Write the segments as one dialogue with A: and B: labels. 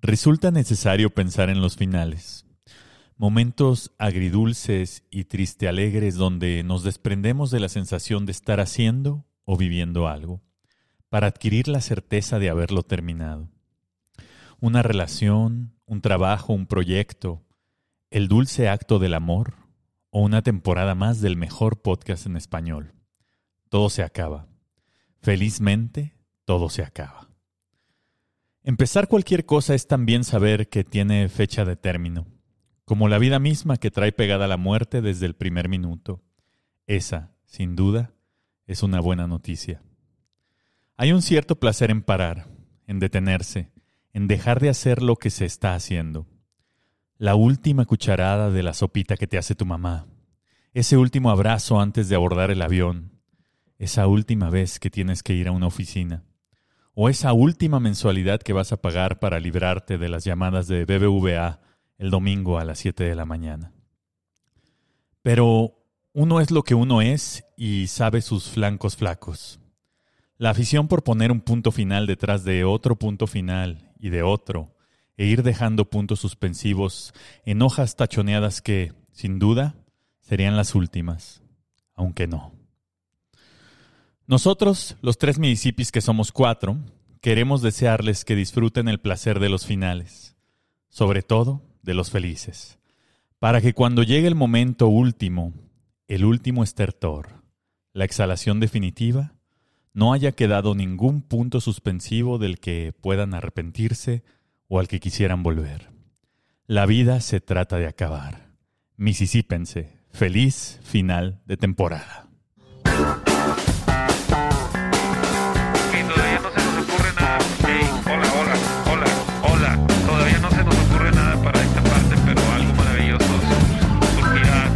A: Resulta necesario pensar en los finales, momentos agridulces y triste alegres donde nos desprendemos de la sensación de estar haciendo o viviendo algo, para adquirir la certeza de haberlo terminado. Una relación, un trabajo, un proyecto, el dulce acto del amor o una temporada más del mejor podcast en español. Todo se acaba. Felizmente, todo se acaba. Empezar cualquier cosa es también saber que tiene fecha de término, como la vida misma que trae pegada la muerte desde el primer minuto. Esa, sin duda, es una buena noticia. Hay un cierto placer en parar, en detenerse, en dejar de hacer lo que se está haciendo. La última cucharada de la sopita que te hace tu mamá, ese último abrazo antes de abordar el avión, esa última vez que tienes que ir a una oficina o esa última mensualidad que vas a pagar para librarte de las llamadas de BBVA el domingo a las 7 de la mañana. Pero uno es lo que uno es y sabe sus flancos flacos. La afición por poner un punto final detrás de otro punto final y de otro, e ir dejando puntos suspensivos en hojas tachoneadas que, sin duda, serían las últimas, aunque no. Nosotros, los tres municipios que somos cuatro, queremos desearles que disfruten el placer de los finales, sobre todo de los felices, para que cuando llegue el momento último, el último estertor, la exhalación definitiva, no haya quedado ningún punto suspensivo del que puedan arrepentirse o al que quisieran volver. La vida se trata de acabar. Misisípense. Feliz final de temporada.
B: que todavía no se nos ocurre nada. Ey, hola, hola, hola, hola. Todavía no se nos ocurre nada para esta parte, pero algo maravilloso surgirá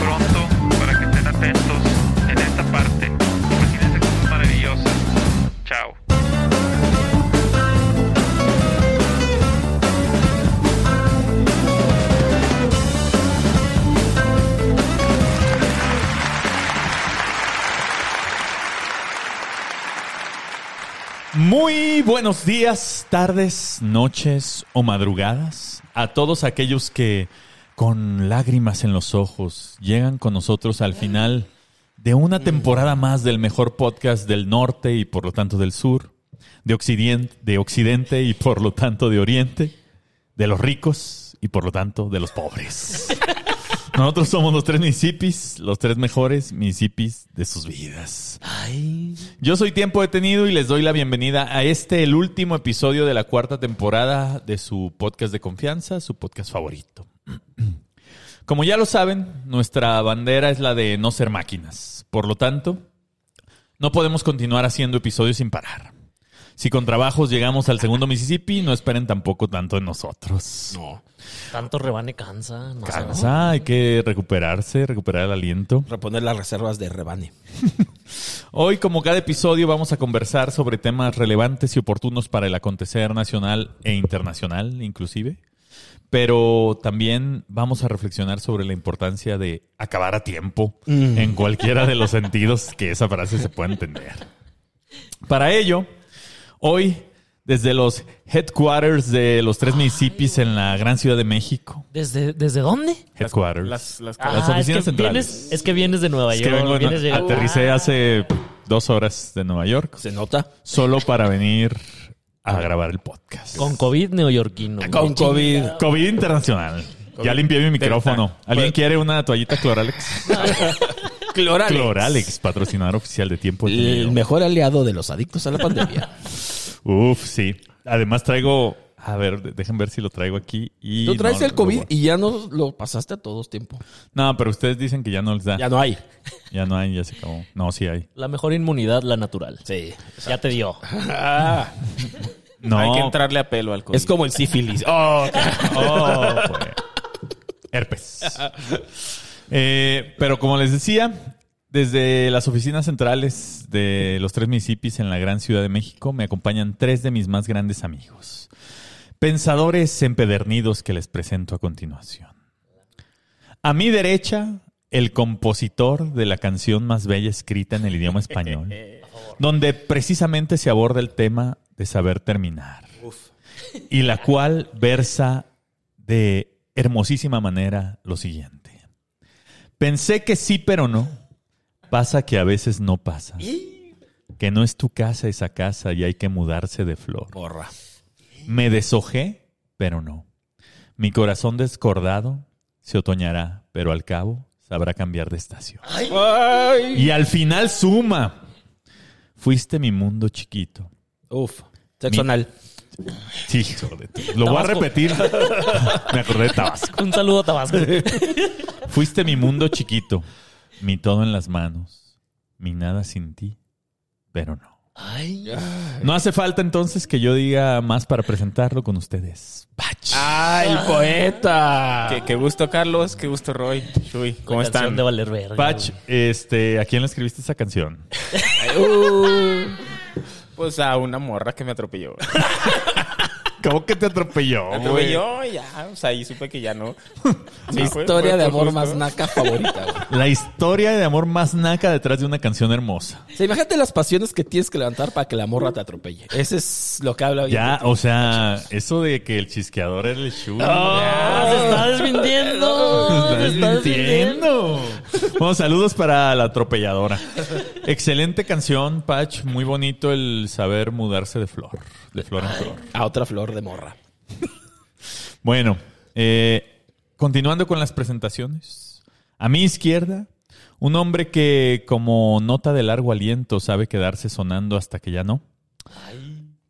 B: pronto para que estén atentos en esta parte. Imagínense cosas maravillosas. Chao.
A: Muy buenos días, tardes, noches o madrugadas a todos aquellos que con lágrimas en los ojos llegan con nosotros al final de una temporada más del mejor podcast del norte y por lo tanto del sur, de occidente, de occidente y por lo tanto de oriente, de los ricos y por lo tanto de los pobres. Nosotros somos los tres municipios, los tres mejores municipios de sus vidas. Yo soy Tiempo Detenido y les doy la bienvenida a este, el último episodio de la cuarta temporada de su podcast de confianza, su podcast favorito. Como ya lo saben, nuestra bandera es la de no ser máquinas. Por lo tanto, no podemos continuar haciendo episodios sin parar. Si con trabajos llegamos al segundo Mississippi, no esperen tampoco tanto de nosotros.
C: No. Tanto rebane cansa. No sé.
A: Cansa, hay que recuperarse, recuperar el aliento.
D: reponer las reservas de Rebane.
A: Hoy, como cada episodio, vamos a conversar sobre temas relevantes y oportunos para el acontecer nacional e internacional, inclusive. Pero también vamos a reflexionar sobre la importancia de acabar a tiempo en cualquiera de los sentidos que esa frase se pueda entender. Para ello, hoy, desde los headquarters de los tres municipios en la gran ciudad de México,
C: ¿Desde, ¿Desde dónde?
A: headquarters.
E: Las, las
A: Ah, Las oficinas
C: es que
A: centrales.
C: Vienes, es que vienes de Nueva
A: Es que
C: York.
A: vengo de-
C: vienes de-
A: aterricé hace dos horas de Nueva York.
D: ¿Se nota?
A: solo para venir a grabar el podcast.
C: Con COVID neoyorquino.
D: Ah, Con COVID. ah,
A: COVID internacional. Ya limpié mi micrófono.
D: pues-
A: ¿Alguien quiere una toallita Cloralex?
D: Cloralex.
A: Cloralex, patrocinador oficial de tiempo.
D: El
A: Detenido.
D: mejor aliado de los adictos a la pandemia.
A: Uf, sí. Además traigo... A ver, de- dejen ver si lo traigo aquí. Y
D: Tú traes
A: no,
D: el
A: lo
D: COVID
A: guardo.
D: y ya no lo pasaste a todos tiempo.
A: No, pero ustedes dicen que ya no les da.
D: Ya
A: Ya,
D: no hay.
A: no hay, ya se acabó. No, sí hay.
C: La mejor inmunidad, la natural.
D: Sí.
C: Ya te dio.
A: No.
E: Hay que entrarle a pelo al COVID.
D: Es como el sífilis. Oh,
A: Oh, pues. Herpes. Eh, pero como les decía, desde las oficinas centrales de los tres municipios en la gran Ciudad de México me acompañan tres de mis más grandes amigos. Pensadores empedernidos que les presento a continuación. A mi derecha, el compositor de la canción más bella escrita en el idioma español, donde precisamente se aborda el tema de saber terminar. Y la cual versa de hermosísima manera lo siguiente. Pensé que sí, pero no. Pasa que a veces no pasa. Que no es tu casa esa casa y hay que mudarse de flor.
D: Porra.
A: Me deshojé, pero no. Mi corazón descordado se otoñará, pero al cabo sabrá cambiar de estación.
D: Ay.
A: Y al final suma. Fuiste mi mundo chiquito.
D: Uf. Sexo
A: Mi-
D: anal.
A: Sí, hijo de tu- lo voy a
C: Tabasco.
A: repetir. Me acordé de Tabasco.
C: Un saludo a Tabasco.
A: Fuiste mi mundo chiquito, mi todo en las manos, mi nada sin ti, pero no.
C: Ay.
A: No hace falta entonces que yo diga más para presentarlo con ustedes.
D: ¡Ay, el poeta!
E: Qué, qué gusto, Carlos. Qué gusto, Roy. Chuy, ¿cómo
C: La
E: están?
C: canción de Valer Verga,
A: Patch,
C: güey.
A: este, ¿a quién le escribiste esa canción?
E: Uh, pues a una morra que me atropelló.
A: ¿Cómo que te atropelló?
E: Me atropelló y ya. O sea, ahí supe que ya no.
A: Ah,
D: Mi
E: fue-
D: historia
E: fue
D: de
E: por
D: amor
E: gusto.
D: más naca favorita, güey.
A: La historia de amor más naca detrás de una canción hermosa.
D: O sea, imagínate las pasiones que tienes que levantar para que la morra te atropelle. Ese es lo que habla hoy.
A: Ya, o sea, eso de que el chisqueador es el chulo.
C: Ah, se está desmintiendo. Se está desmintiendo.
A: entiendo. Bueno, saludos para la atropelladora. Excelente canción, Patch. Muy bonito el saber mudarse de flor, de flor en flor.
D: A otra flor de morra.
A: Bueno, eh, continuando con las presentaciones. A mi izquierda, un hombre que como nota de largo aliento sabe quedarse sonando hasta que ya no.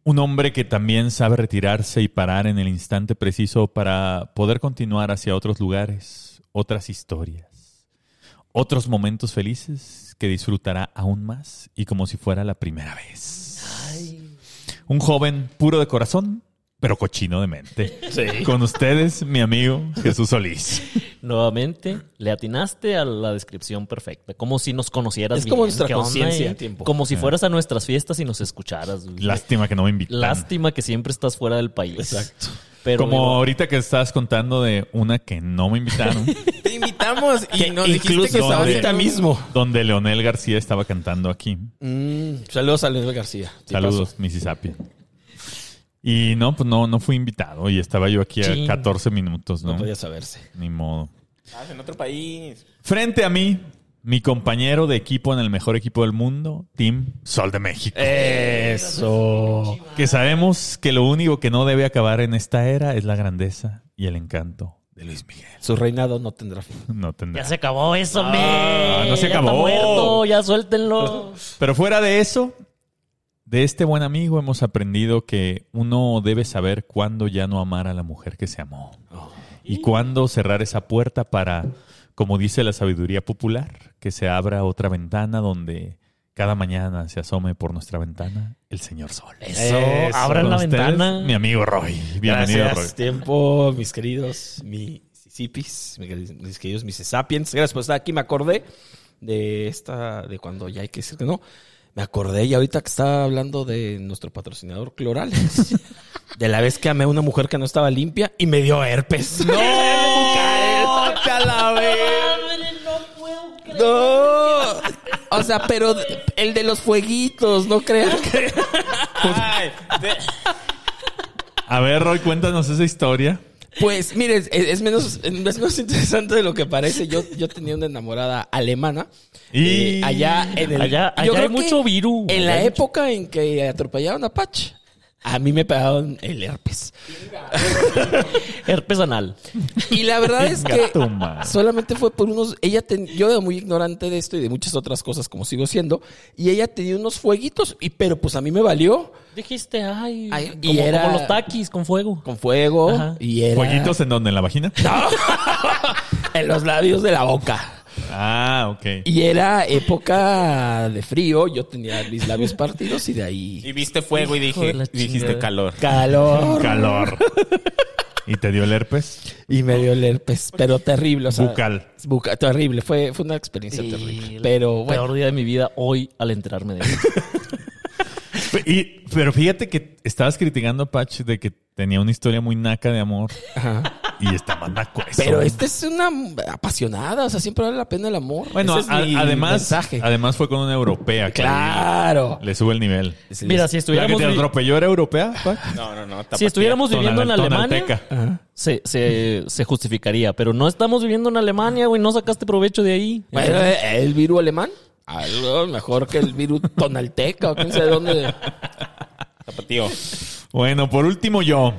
A: Un hombre que también sabe retirarse y parar en el instante preciso para poder continuar hacia otros lugares, otras historias, otros momentos felices que disfrutará aún más y como si fuera la primera vez. Un joven puro de corazón, pero cochino de mente. Con ustedes, mi amigo Jesús Solís.
C: Nuevamente, le atinaste a la descripción perfecta. Como si nos conocieras
D: Es como
C: bien.
D: nuestra
C: ¿Qué onda,
D: conciencia
C: eh?
D: en tiempo.
C: Como si fueras a nuestras fiestas y nos escucharas. güey.
A: Ah. Lástima que no me invitan.
C: Lástima que siempre estás fuera del país.
D: Exacto.
C: Pero
A: Como
C: digo,
A: ahorita que estabas contando de una que no me invitaron,
E: Te invitamos y nos dijiste
D: Incluso
E: que estabas
D: ahorita mismo.
A: donde Leonel García estaba cantando aquí.
D: Mm, saludos a Leonel García. Sí,
A: Saludos,
D: pasó.
A: Mrs. Sapien. Y no, pues no, no fui invitado y estaba yo aquí
C: Chin.
A: a 14 minutos,
D: No
A: ¿no?
D: podía saberse.
A: Ni modo.
E: Estabas en otro país.
A: Frente a mí, mi compañero de equipo en el mejor equipo del mundo, Team Sol de México.
D: Eso.
A: Que sabemos que lo único que no debe acabar en esta era es la grandeza y el encanto de Luis Miguel.
D: Su reinado no tendrá fin.
A: No tendrá.
C: Ya se acabó eso, hombre.
A: Ah, no se
C: Ya está
A: acabó.
C: muerto, ya suéltenlo.
A: Pero fuera de eso, de este buen amigo hemos aprendido que uno debe saber cuándo ya no amar a la mujer que se amó.
C: Oh.
A: Y cuándo cerrar esa puerta para, como dice la sabiduría popular, que se abra otra ventana donde cada mañana se asome por nuestra ventana el señor Sol.
C: Eso,
D: Eso,
C: abran
A: Con
C: la
A: ustedes,
C: ventana.
A: Mi amigo Roy. Bienvenido,
D: Gracias,
A: Roy.
D: tiempo, mis queridos Mississippis, mis mis queridos mis Sapiens. Gracias por estar aquí. Me acordé de esta, de cuando ya hay que decir que no. Me acordé y ahorita que estaba hablando de nuestro patrocinador Clorales. De la vez que amé a una mujer que no estaba limpia y me dio herpes. ¡No! la ¡No! O sea, pero el de los fueguitos, no crean que...
E: Ay, Pues, de-
A: A ver, Roy, cuéntanos esa historia.
D: Pues miren, es, es menos, es menos interesante de lo que parece. Yo, yo tenía una enamorada alemana.
A: Y-
D: eh, allá en el.
C: Allá- allá hay
D: que
C: mucho virus.
D: En
C: Allá
D: la
C: hay mucho-
D: época en que atropellaron a Patch, a mí me pegaron el herpes.
C: Herpes anal.
D: Y la verdad es que
A: Gato, man.
D: solamente fue por unos. Ella ten- yo era muy ignorante de esto y de muchas otras cosas, como sigo siendo. Y ella tenía unos fueguitos, y pero pues a mí me valió
C: Dijiste, ay,
D: Ay,
C: como,
D: y era-
C: como los taquis con fuego.
D: con fuego
C: Ajá.
D: y era
A: ¿Pollitos en dónde? ¿En la vagina?
D: en los labios de la boca.
A: Ah, ok.
D: Y era época de frío, yo tenía mis labios partidos y de ahí
E: y viste fuego y
C: Hijo de
E: dije,
C: la
E: dijiste
C: chingada.
E: calor.
D: calor
A: Calor. ¿Y te dio el herpes?
D: y me dio el herpes, pero terrible, o sea,
A: Bucal.
D: buca- terrible, fue, fue una experiencia
C: Y
D: terrible,
C: el
D: pero bueno,
C: Peor día de mi vida hoy al enterarme de eso.
A: Pe- y- pero fíjate que estabas criticando a Patch de que tenía una historia muy naca de amor. Y está más naco eso.
D: Pero este- esta es una apasionada, o sea, siempre vale la pena el amor.
A: Bueno,
D: Ese es
A: a-
D: mi
A: además,
D: mensaje.
A: además fue con una europea. que
D: Claro.
A: ahí Le sube el nivel. ¿La
C: Mira, si
A: que
C: estuviéramos,
A: te
C: vi-
A: atropelló era europea? Pac?
E: No, no, no.
C: si estuviéramos viviendo en
A: Tonal-
C: Alemania,
A: tonalteca.
C: se, se, se justificaría. Pero no estamos viviendo en Alemania, güey. No sacaste provecho de ahí.
D: Bueno, eh, el virus alemán. Algo mejor que el virus tonalteca o quién sabe dónde.
E: Tapatío.
A: Bueno, por último yo,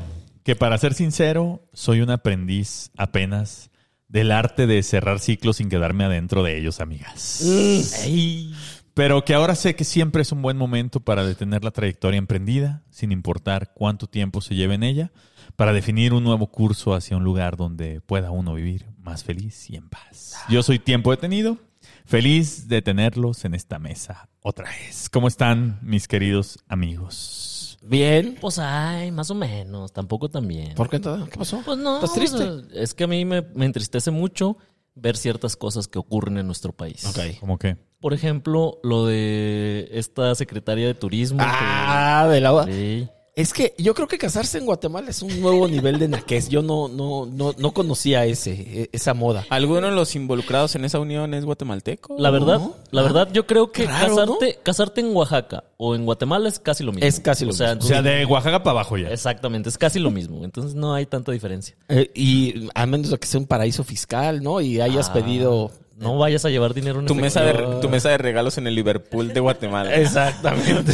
A: que para ser sincero, soy un aprendiz apenas del arte de cerrar ciclos sin quedarme adentro de ellos, amigas.
C: Ey.
A: Pero que ahora sé que siempre es un buen momento para detener la trayectoria emprendida, sin importar cuánto tiempo se lleve en ella, para definir un nuevo curso hacia un lugar donde pueda uno vivir más feliz y en paz. Yo soy tiempo detenido, feliz de tenerlos en esta mesa otra vez. ¿Cómo están mis queridos amigos?
D: Bien.
C: Pues ay, más o menos. Tampoco tan bien.
D: ¿Por qué? todo? ¿Qué pasó?
C: Pues no.
D: ¿Estás triste?
C: o sea, es que a mí me, me entristece mucho ver ciertas cosas que ocurren en nuestro país.
D: Ok.
A: ¿Cómo que?
C: Por ejemplo, lo de esta secretaria de turismo. que-
D: Ah, de la
C: Sí.
D: Es que yo creo que casarse en Guatemala es un nuevo nivel de naquez. Yo no, no, no, no conocía ese, e- esa moda.
A: Ah.
E: ¿Alguno de los involucrados en esa unión es guatemalteco?
C: La verdad, la verdad, yo creo que
D: Qué raro,
C: casarte, casarte en Oaxaca o en Guatemala es casi lo mismo.
D: Es casi lo
C: O sea,
A: O
D: mismo.
C: entonces-
A: sea, de Oaxaca para abajo ya.
C: Exactamente, es casi lo mismo. Entonces no hay tanta diferencia.
D: Eh, y a menos de que sea un paraíso fiscal, ¿no? Y hayas
C: Ah,
D: pedido.
C: No vayas a llevar dinero en
E: Tu mesa,
C: efectivo.
E: de, tu mesa de regalos en el Liverpool de Guatemala.
D: Exactamente.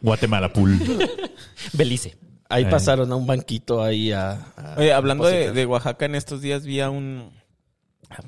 A: Guatemala Pool.
C: Belice.
D: Ahí
A: Eh.
D: pasaron a un banquito ahí a. a-
E: Oye, hablando de,
D: depositar.
E: de Oaxaca, en estos días vi a un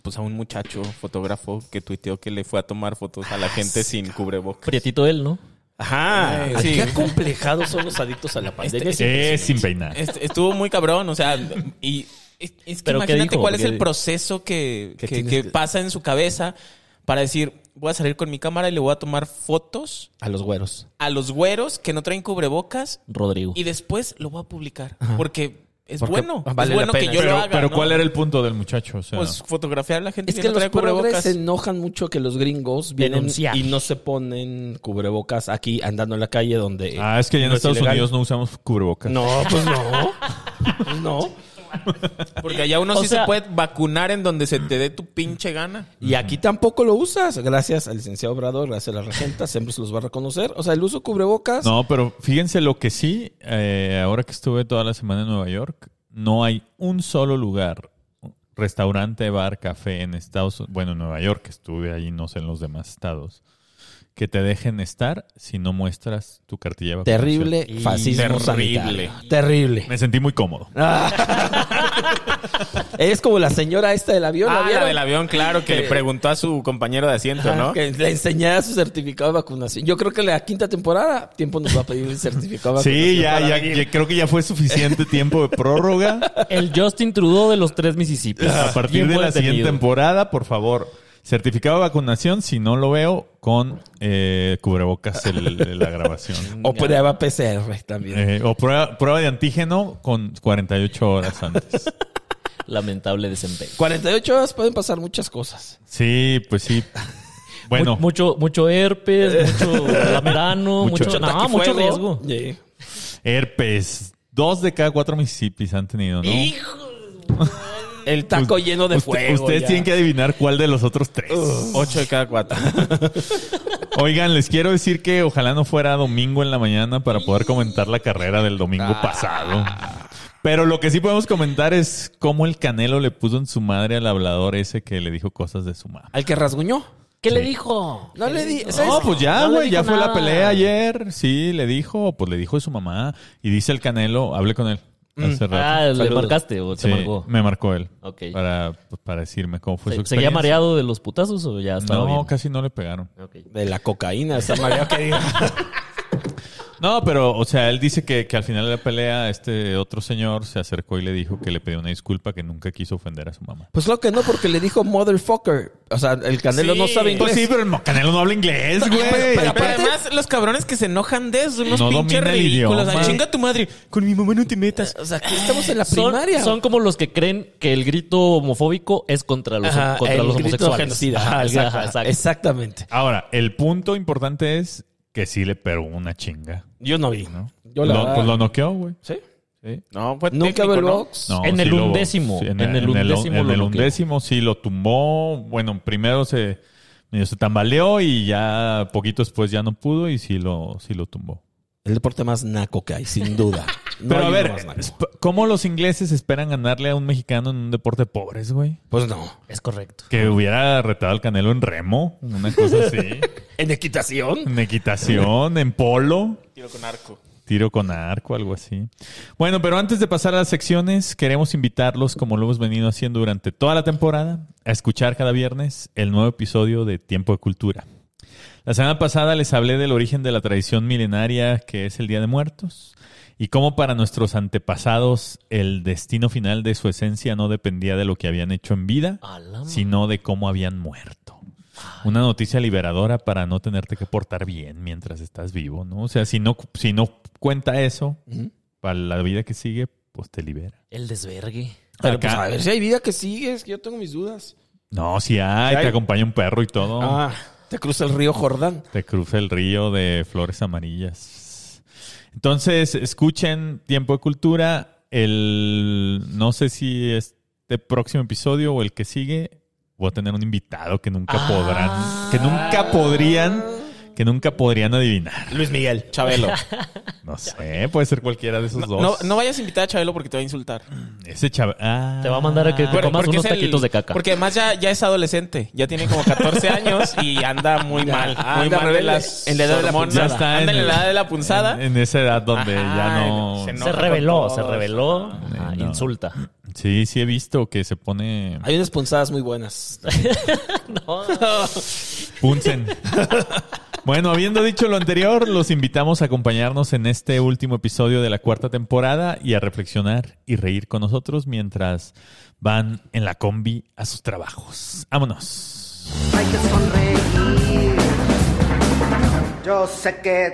E: pues a un muchacho fotógrafo que tuiteó que le fue a tomar fotos
D: Ah,
E: a la gente sin cubrebocas.
C: Prietito él, ¿no?
E: Ajá,
D: Ay,
E: sí.
D: Qué acomplejados son los adictos a
C: Este
D: la pandemia.
A: Es Eh, sin peinar.
E: Est- Estuvo muy cabrón, o sea, y es, es que
C: ¿Pero qué
E: imagínate
C: dijo?
E: cuál es
C: ¿Qué
E: el
C: dijo?
E: proceso que,
D: Que
E: que-
D: tienes
E: que
D: que-
E: pasa en su cabeza para decir, voy a salir con mi cámara y le voy a tomar fotos
D: A los güeros.
E: a los güeros que no traen cubrebocas
C: Rodrigo.
E: y después lo voy a publicar.
D: Ajá.
E: Porque es
D: Porque
E: bueno.
D: vale
E: es
D: la
E: bueno que
D: pena.
E: yo
A: Pero,
E: lo haga.
A: pero
E: ¿no?
A: ¿cuál era el punto del muchacho? O sea,
E: Pues fotografiar a la gente
D: Es que
E: no
D: los
E: trae
D: progres
E: cubrebocas.
D: se enojan mucho que los gringos vienen
C: Denunciar.
D: y no se ponen cubrebocas aquí andando en la calle donde.
A: ah, es que ya en
E: pues
D: no
A: Estados
D: es ilegal.
A: Unidos no usamos cubrebocas.
D: No, pues no. Pues no.
E: Porque allá uno
C: O
E: sí
C: sea-
E: se puede vacunar en donde se te dé tu pinche gana.
D: Y aquí tampoco lo usas. Gracias al licenciado Obrador, gracias a la regenta, siempre se los va a reconocer. O sea, el uso cubrebocas.
A: No, pero fíjense lo que sí, eh, ahora que estuve toda la semana en Nueva York, no hay un solo lugar, restaurante, bar, café en Estados bueno, en Nueva York, que estuve allí, no sé, en los demás estados, que te dejen estar si no muestras tu cartilla de vacunación.
D: Terrible
E: Y
D: fascismo
E: terrible.
D: sanitario. Terrible.
A: Me sentí muy cómodo.
D: Es como la señora esta del avión. ¿la
E: Ah, la
D: vieron? Eh,
E: del avión, claro, que le preguntó a su compañero de asiento, ¿no?
D: Que le enseñara su certificado de vacunación. Yo creo que la quinta temporada, tiempo nos va a pedir el certificado de vacunación.
A: Sí, ya, ya, ya creo que ya fue suficiente tiempo de prórroga.
C: El Justin Trudeau de los tres Mississippi.
A: A partir de
C: Tiempo
A: la siguiente
C: detenido.
A: temporada, por favor, certificado de vacunación, si no lo veo, con eh, cubrebocas el- la grabación.
D: O prueba PCR también.
A: Eh, o prueba, prueba de antígeno con 48 horas antes.
C: Lamentable desempeño.
D: 48 horas pueden pasar muchas cosas.
A: Sí, pues sí. Bueno,
C: Mu- Mucho, mucho herpes, mucho lamerano,
A: Mucho-
C: mucho,
A: mucho
C: no, mucho riesgo.
D: Sí.
A: herpes. Dos de cada cuatro Mississippis han tenido, ¿no?
D: El taco
A: Us-
D: lleno de
A: usted-
D: fuego.
A: Ustedes
D: ya.
A: tienen que adivinar cuál de los otros tres.
E: Ocho de cada cuatro.
A: Oigan, les quiero decir que ojalá no fuera domingo en la mañana para poder comentar la carrera del domingo
C: Ah.
A: pasado. Pero lo que sí podemos comentar es cómo el Canelo le puso en su madre al hablador ese que le dijo cosas de su mamá.
D: Al que rasguñó.
C: ¿Qué le dijo?
D: No le di. ¿sabes?
A: No, pues ya,
C: No le
A: güey, ya
C: dijo
A: fue la
C: nada.
A: pelea ayer. Sí, le dijo, pues le dijo de su mamá. Y dice el Canelo, hablé con él hace rato.
C: Ah, ¿le
D: Saludos.
C: marcaste o te
A: Sí,
C: marcó?
A: me marcó él.
C: Ok.
A: Para, pues, para decirme cómo fue su
C: ¿Se-
A: experiencia.
C: ¿Seguía mareado de los putazos o ya estaba
A: No,
C: bien?
A: casi no le pegaron.
C: Ok.
D: De la cocaína, esa marea que diga.
A: No, pero, o sea, él dice que, que al final de la pelea, este otro señor se acercó y le dijo que le pidió una disculpa, que nunca quiso ofender a su mamá.
D: Pues claro que no, porque le dijo motherfucker. O sea, el Canelo
E: Sí.
D: no sabe inglés.
A: Pues sí, pero el Mo- Canelo no habla inglés, güey.
E: Pero
A: Pero-
E: además, los cabrones que se enojan de eso, unos
A: No
E: pinches
A: domina el
E: ridículos.
A: idioma.
E: Ay, chinga tu madre, con mi mamá no te metas.
D: O sea, aquí estamos en la
C: Son,
D: primaria.
C: son como los que creen que el grito homofóbico es contra los,
D: Ajá,
C: contra
D: el
C: los
D: grito
C: homosexuales.
D: genocida.
C: Ajá,
D: Ajá,
C: exacto,
D: ajá,
C: exacto.
D: Exactamente.
A: Ahora, el punto importante es que sí le pegó una chinga.
D: Yo no vi.
A: ¿no?
D: Yo la
A: Lo-
D: verdad-
A: pues lo noqueó, güey.
D: ¿Sí?
E: No, fue
D: Nunca
E: técnico,
D: veo el
E: ¿no?
D: box.
A: No,
C: En el
A: lo-
C: undésimo,
A: sí,
C: en el undésimo
A: En
C: lo
A: el
C: noqueó.
A: undésimo sí lo tumbó. Bueno, primero se medio se tambaleó y ya poquito después ya no pudo y sí lo, sí lo tumbó.
D: El deporte más naco que hay, sin duda. No
A: Pero
D: hay
A: a
D: uno
A: ver,
D: más naco.
A: esp- ¿cómo los ingleses esperan ganarle a un mexicano en un deporte de pobres, güey?
D: Pues no.
C: Es correcto.
A: Que hubiera retado al Canelo en remo, una cosa así.
D: ¿En equitación?
A: en equitación, en polo.
E: Tiro con arco.
A: Tiro con arco, algo así. Bueno, pero antes de pasar a las secciones, queremos invitarlos, como lo hemos venido haciendo durante toda la temporada, a escuchar cada viernes el nuevo episodio de Tiempo de Cultura. La semana pasada les hablé del origen de la tradición milenaria que es el Día de Muertos y cómo para nuestros antepasados el destino final de su esencia no dependía de lo que habían hecho en vida,
C: A la ma-
A: sino de cómo habían muerto. Una noticia liberadora para no tenerte que portar bien mientras estás vivo, ¿no? O sea, si no, si no cuenta eso para la vida que sigue, pues te libera.
C: El desvergue.
D: Pero pues,
A: Acá-
D: a ver si hay vida que sigue, es que yo tengo mis dudas.
A: No, si hay,
D: ¿Hay?
A: te acompaña un perro y todo.
D: Ah, te cruza el río Jordán.
A: Te cruza el río de flores amarillas. Entonces, escuchen Tiempo de Cultura. El no sé si este próximo episodio o el que sigue voy a tener un invitado que nunca podrán, que nunca podrían, que nunca podrían adivinar.
D: Luis Miguel.
E: Chabelo.
A: No sé, puede ser cualquiera de esos dos.
E: No, no vayas a invitar a Chabelo porque te va a insultar.
A: Ese chaval. Ah.
C: Te va a mandar a que te
E: Bueno,
C: comas
E: porque
C: unos
E: es el-
C: taquitos de caca.
E: Porque además ya, ya es adolescente. Ya tiene como 14 años y anda muy mal.
D: ah, anda
E: muy mal de
D: rebelde.
E: las
D: En la edad de la
E: hormonas.
A: Ya está
E: Anda
A: en
E: en,
A: el-
E: la edad de la punzada.
A: En, en esa edad donde
E: Ajá,
A: ya no.
E: se
C: se
E: enoja
C: reveló,
E: con
C: se
E: todos.
C: reveló. Ajá,
A: no.
C: Insulta.
A: Sí, sí he visto que se pone.
D: Hay unas punzadas muy buenas.
A: Punsen. Bueno, habiendo dicho lo anterior, los invitamos a acompañarnos en este último episodio de la cuarta temporada y a reflexionar y reír con nosotros mientras van en la combi a sus trabajos. Vámonos.
F: hay que sonreír. Yo sé que...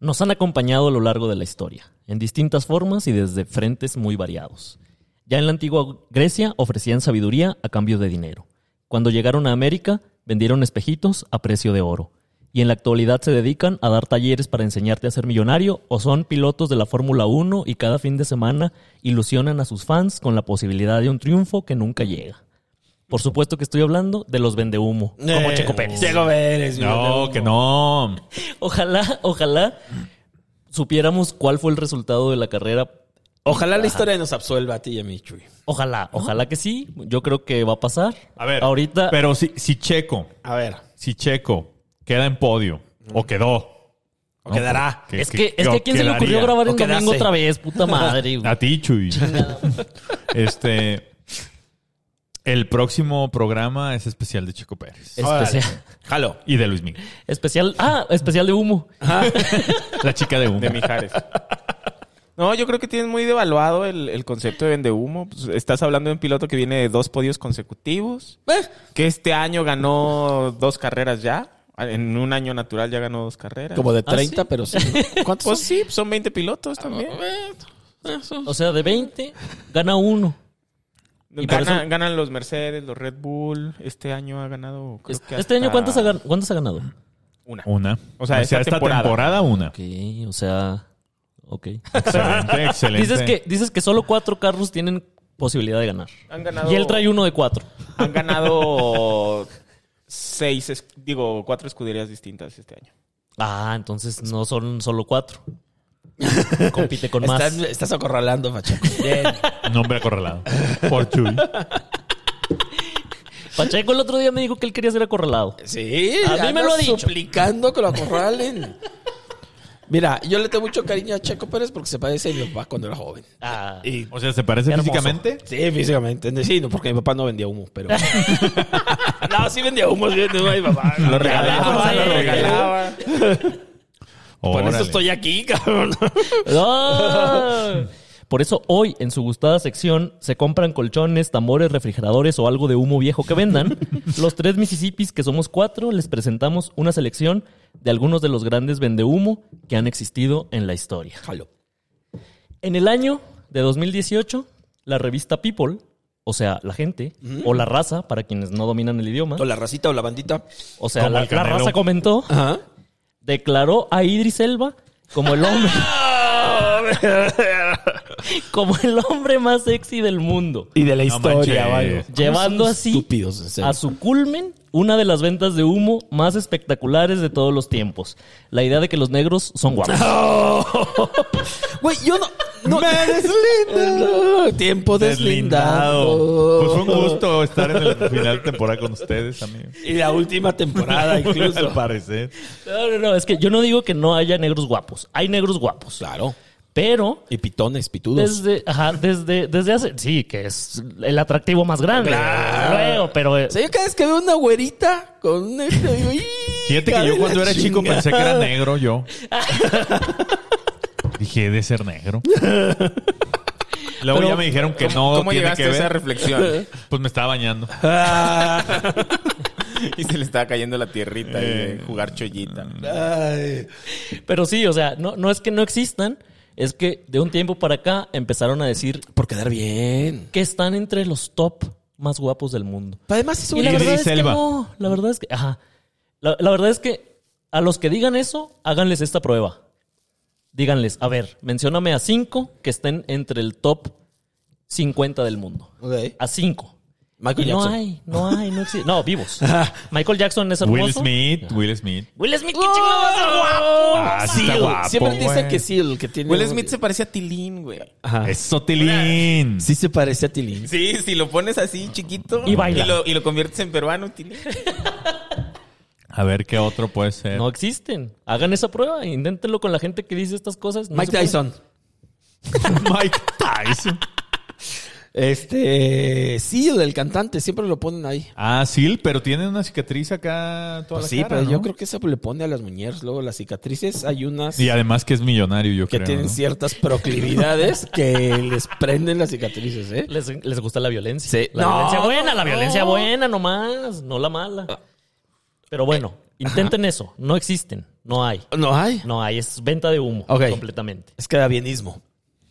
C: Nos han acompañado a lo largo de la historia, en distintas formas y desde frentes muy variados. Ya en la antigua Grecia ofrecían sabiduría a cambio de dinero. Cuando llegaron a América, vendieron espejitos a precio de oro. Y en la actualidad se dedican a dar talleres para enseñarte a ser millonario o son pilotos de la Fórmula 1 y cada fin de semana ilusionan a sus fans con la posibilidad de un triunfo que nunca llega. Por supuesto que estoy hablando de los vendehumo, como
D: Eh,
C: Checo Pérez.
D: Checo Pérez. mi
A: No,
D: Dios.
A: que no.
C: Ojalá, ojalá supiéramos cuál fue el resultado de la carrera.
D: Ojalá la historia nos absuelva a ti y a mí, Chuy.
C: Ojalá, ojalá que sí. Yo creo que va a pasar.
A: A ver.
C: Ahorita.
A: Pero si, si Checo,
D: A ver.
A: si Checo queda en podio o quedó.
D: Mm. O quedará.
C: es que, es que a quién se le ocurrió
A: quedaría.
C: grabar el
D: O quedarse.
C: domingo otra vez, puta madre. güey.
A: A ti, Chuy. este. El próximo programa es especial de Checo Pérez.
C: especial,
A: Jalo. Y de Luis Miguel.
C: especial. Ah, especial de humo.
A: La chica de humo.
E: De Mijares. No, yo creo que tienes muy devaluado el, el concepto de vendehumo. Pues, estás hablando de un piloto que viene de dos podios consecutivos,
C: Eh.
E: que este año ganó dos carreras ya. En un año natural ya ganó dos carreras.
D: Como de
C: ¿Ah,
D: 30,
C: sí?
D: pero sí. ¿Cuántos son?
E: Pues sí, son 20 pilotos también.
C: Ah, eh. O sea, de 20, gana uno. Y por
E: Gana-
C: eso-
E: Ganan los Mercedes, los Red Bull. Este año ha ganado. creo que
C: Este año,
E: hasta
C: ¿cuántas ha, gan- cuántas ha ganado?
E: Una.
A: Una.
E: O sea, esta
A: esta temporada,
E: temporada.
A: una.
C: Ok, o sea. Ok.
A: Excelente, excelente.
C: Dices que, dices que solo cuatro carros tienen posibilidad de ganar.
E: Han ganado-
C: Y él trae uno de cuatro.
E: Han ganado seis, es- digo, cuatro escuderías distintas este año.
C: Ah, entonces no son solo cuatro. Compite con más.
D: Estás, estás acorralando, Pacheco. Bien.
A: Nombre acorralado. Por Chuy.
C: Pacheco el otro día me dijo que él quería ser acorralado.
D: Sí.
C: A mí
D: andas
C: me lo ha dicho.
D: suplicando que lo acorralen. Mira, yo le tengo mucho cariño a Checo Pérez porque se parece a mi papá cuando era joven.
C: Ah,
D: Y
A: O sea, ¿se parece
C: Hermoso.
A: físicamente?
D: Sí, físicamente. Sí, no, porque mi papá no vendía humo, pero. no, sí vendía humo, sí vendía humo a mi papá. Lo
C: regalaba,
D: regalaba,
C: lo
D: lo
C: regalaba.
D: regalaba. Por
A: Órale.
D: eso estoy aquí, cabrón.
C: ¡Ah! Por eso hoy en su gustada sección se compran colchones, tambores, refrigeradores o algo de humo viejo que vendan. Los tres Mississippis, que somos cuatro, les presentamos una selección de algunos de los grandes vendehumo que han existido en la historia.
D: Jalo.
C: En el año de 2018, la revista People o sea, la gente, o la raza, para quienes no dominan el idioma,
D: O la racita o la bandita.
C: o sea,
A: Como
C: la,
A: el
C: la
A: Canelo.
C: raza comentó,
D: Ajá.
C: declaró a Idris Elba como el hombre. como el hombre más sexy del mundo.
E: Y de la
A: No
E: historia,
A: manches.
E: vale.
C: Llevando
D: son
C: así
D: estúpidos, en serio.
C: a su culmen una de las ventas de humo más espectaculares de todos los tiempos. La idea de que los negros son guapos.
D: Güey, yo no. no- Eh, Tiempo
A: Deslindado.
D: deslindado.
A: Pues fue un gusto estar en el final de temporada con ustedes, amigo.
D: Y la última temporada, incluso.
A: Al parecer.
C: No, no, no, es que yo no digo que no haya negros guapos. Hay negros guapos.
D: claro.
C: Pero
D: Y pitones, pitudos.
C: desde, ajá, desde, desde hace. Sí, que es el atractivo más grande. Luego, pero. eh,
D: O sea, yo cada vez que veo una güerita con un negro, digo, "Ih,
A: Fíjate
D: hija
A: que yo
D: de
A: cuando
D: la
A: era chico
D: chingada".
A: pensé que era negro yo. Dije, he de ser negro. Luego ya me dijeron que
E: ¿Cómo,
A: no
E: cómo
A: tiene
E: llegaste
A: que
E: a esa
A: ver.
E: reflexión?
A: Pues me estaba bañando.
E: y se le estaba cayendo la tierrita y de jugar chollita.
D: Ay.
C: Pero sí, o sea, no, no es que no existan. Es que de un tiempo para acá empezaron a decir
D: Por quedar bien.
C: que están entre los top más guapos del mundo.
D: Pero además es
C: Y
D: una
C: la
A: Idris
C: verdad es que
A: Elba.
C: no, la verdad es que, ajá. La, la verdad es que a los que digan eso, háganles esta prueba. Díganles, a ver, mencióname a cinco que estén entre el top 50 del mundo.
D: Ok.
C: A cinco.
D: Michael
C: Y no
D: Jackson.
C: hay, no hay, no existe. No, vivos. Michael Jackson es hermoso.
A: Will Smith, Will Smith.
C: Will Smith, qué chingado es guapo.
A: Ah, sí está
D: Seal.
A: guapo,
D: Siempre dicen
A: güey.
D: que sí, el que tiene.
E: Will Smith se parece a Tilín, güey.
D: Ajá.
A: Es Sotilín.
D: Ah. Sí se parece a Tilín.
E: Sí, si lo pones así chiquito
C: Y baila.
E: lo, y lo conviertes en peruano, Tilín.
A: A ver qué otro puede ser.
C: No existen. Hagan esa prueba, inténtenlo con la gente que dice estas cosas. No se
D: Mike
C: puede.
D: Tyson.
A: Mike Tyson.
D: Este. Sí, el cantante. Siempre lo ponen ahí.
A: Ah, sí, pero tiene una cicatriz acá toda
D: Pues
A: la
D: sí,
A: cara,
D: pero
A: ¿no?
D: yo creo que eso le pone a las muñeras. Luego las cicatrices, hay unas
A: Y además que es millonario, yo
D: que
A: creo.
D: tienen
A: ¿no?
D: ciertas proclividades que les prenden las cicatrices, ¿eh?
C: Les, les gusta la violencia.
D: Sí.
C: La
D: No,
C: violencia buena, la
D: no.
C: violencia buena nomás, no la mala. Pero bueno, intenten eso. No existen. No hay.
D: No hay.
C: No hay. Es venta de humo
D: Ok.
C: completamente.
D: Es que da bienismo.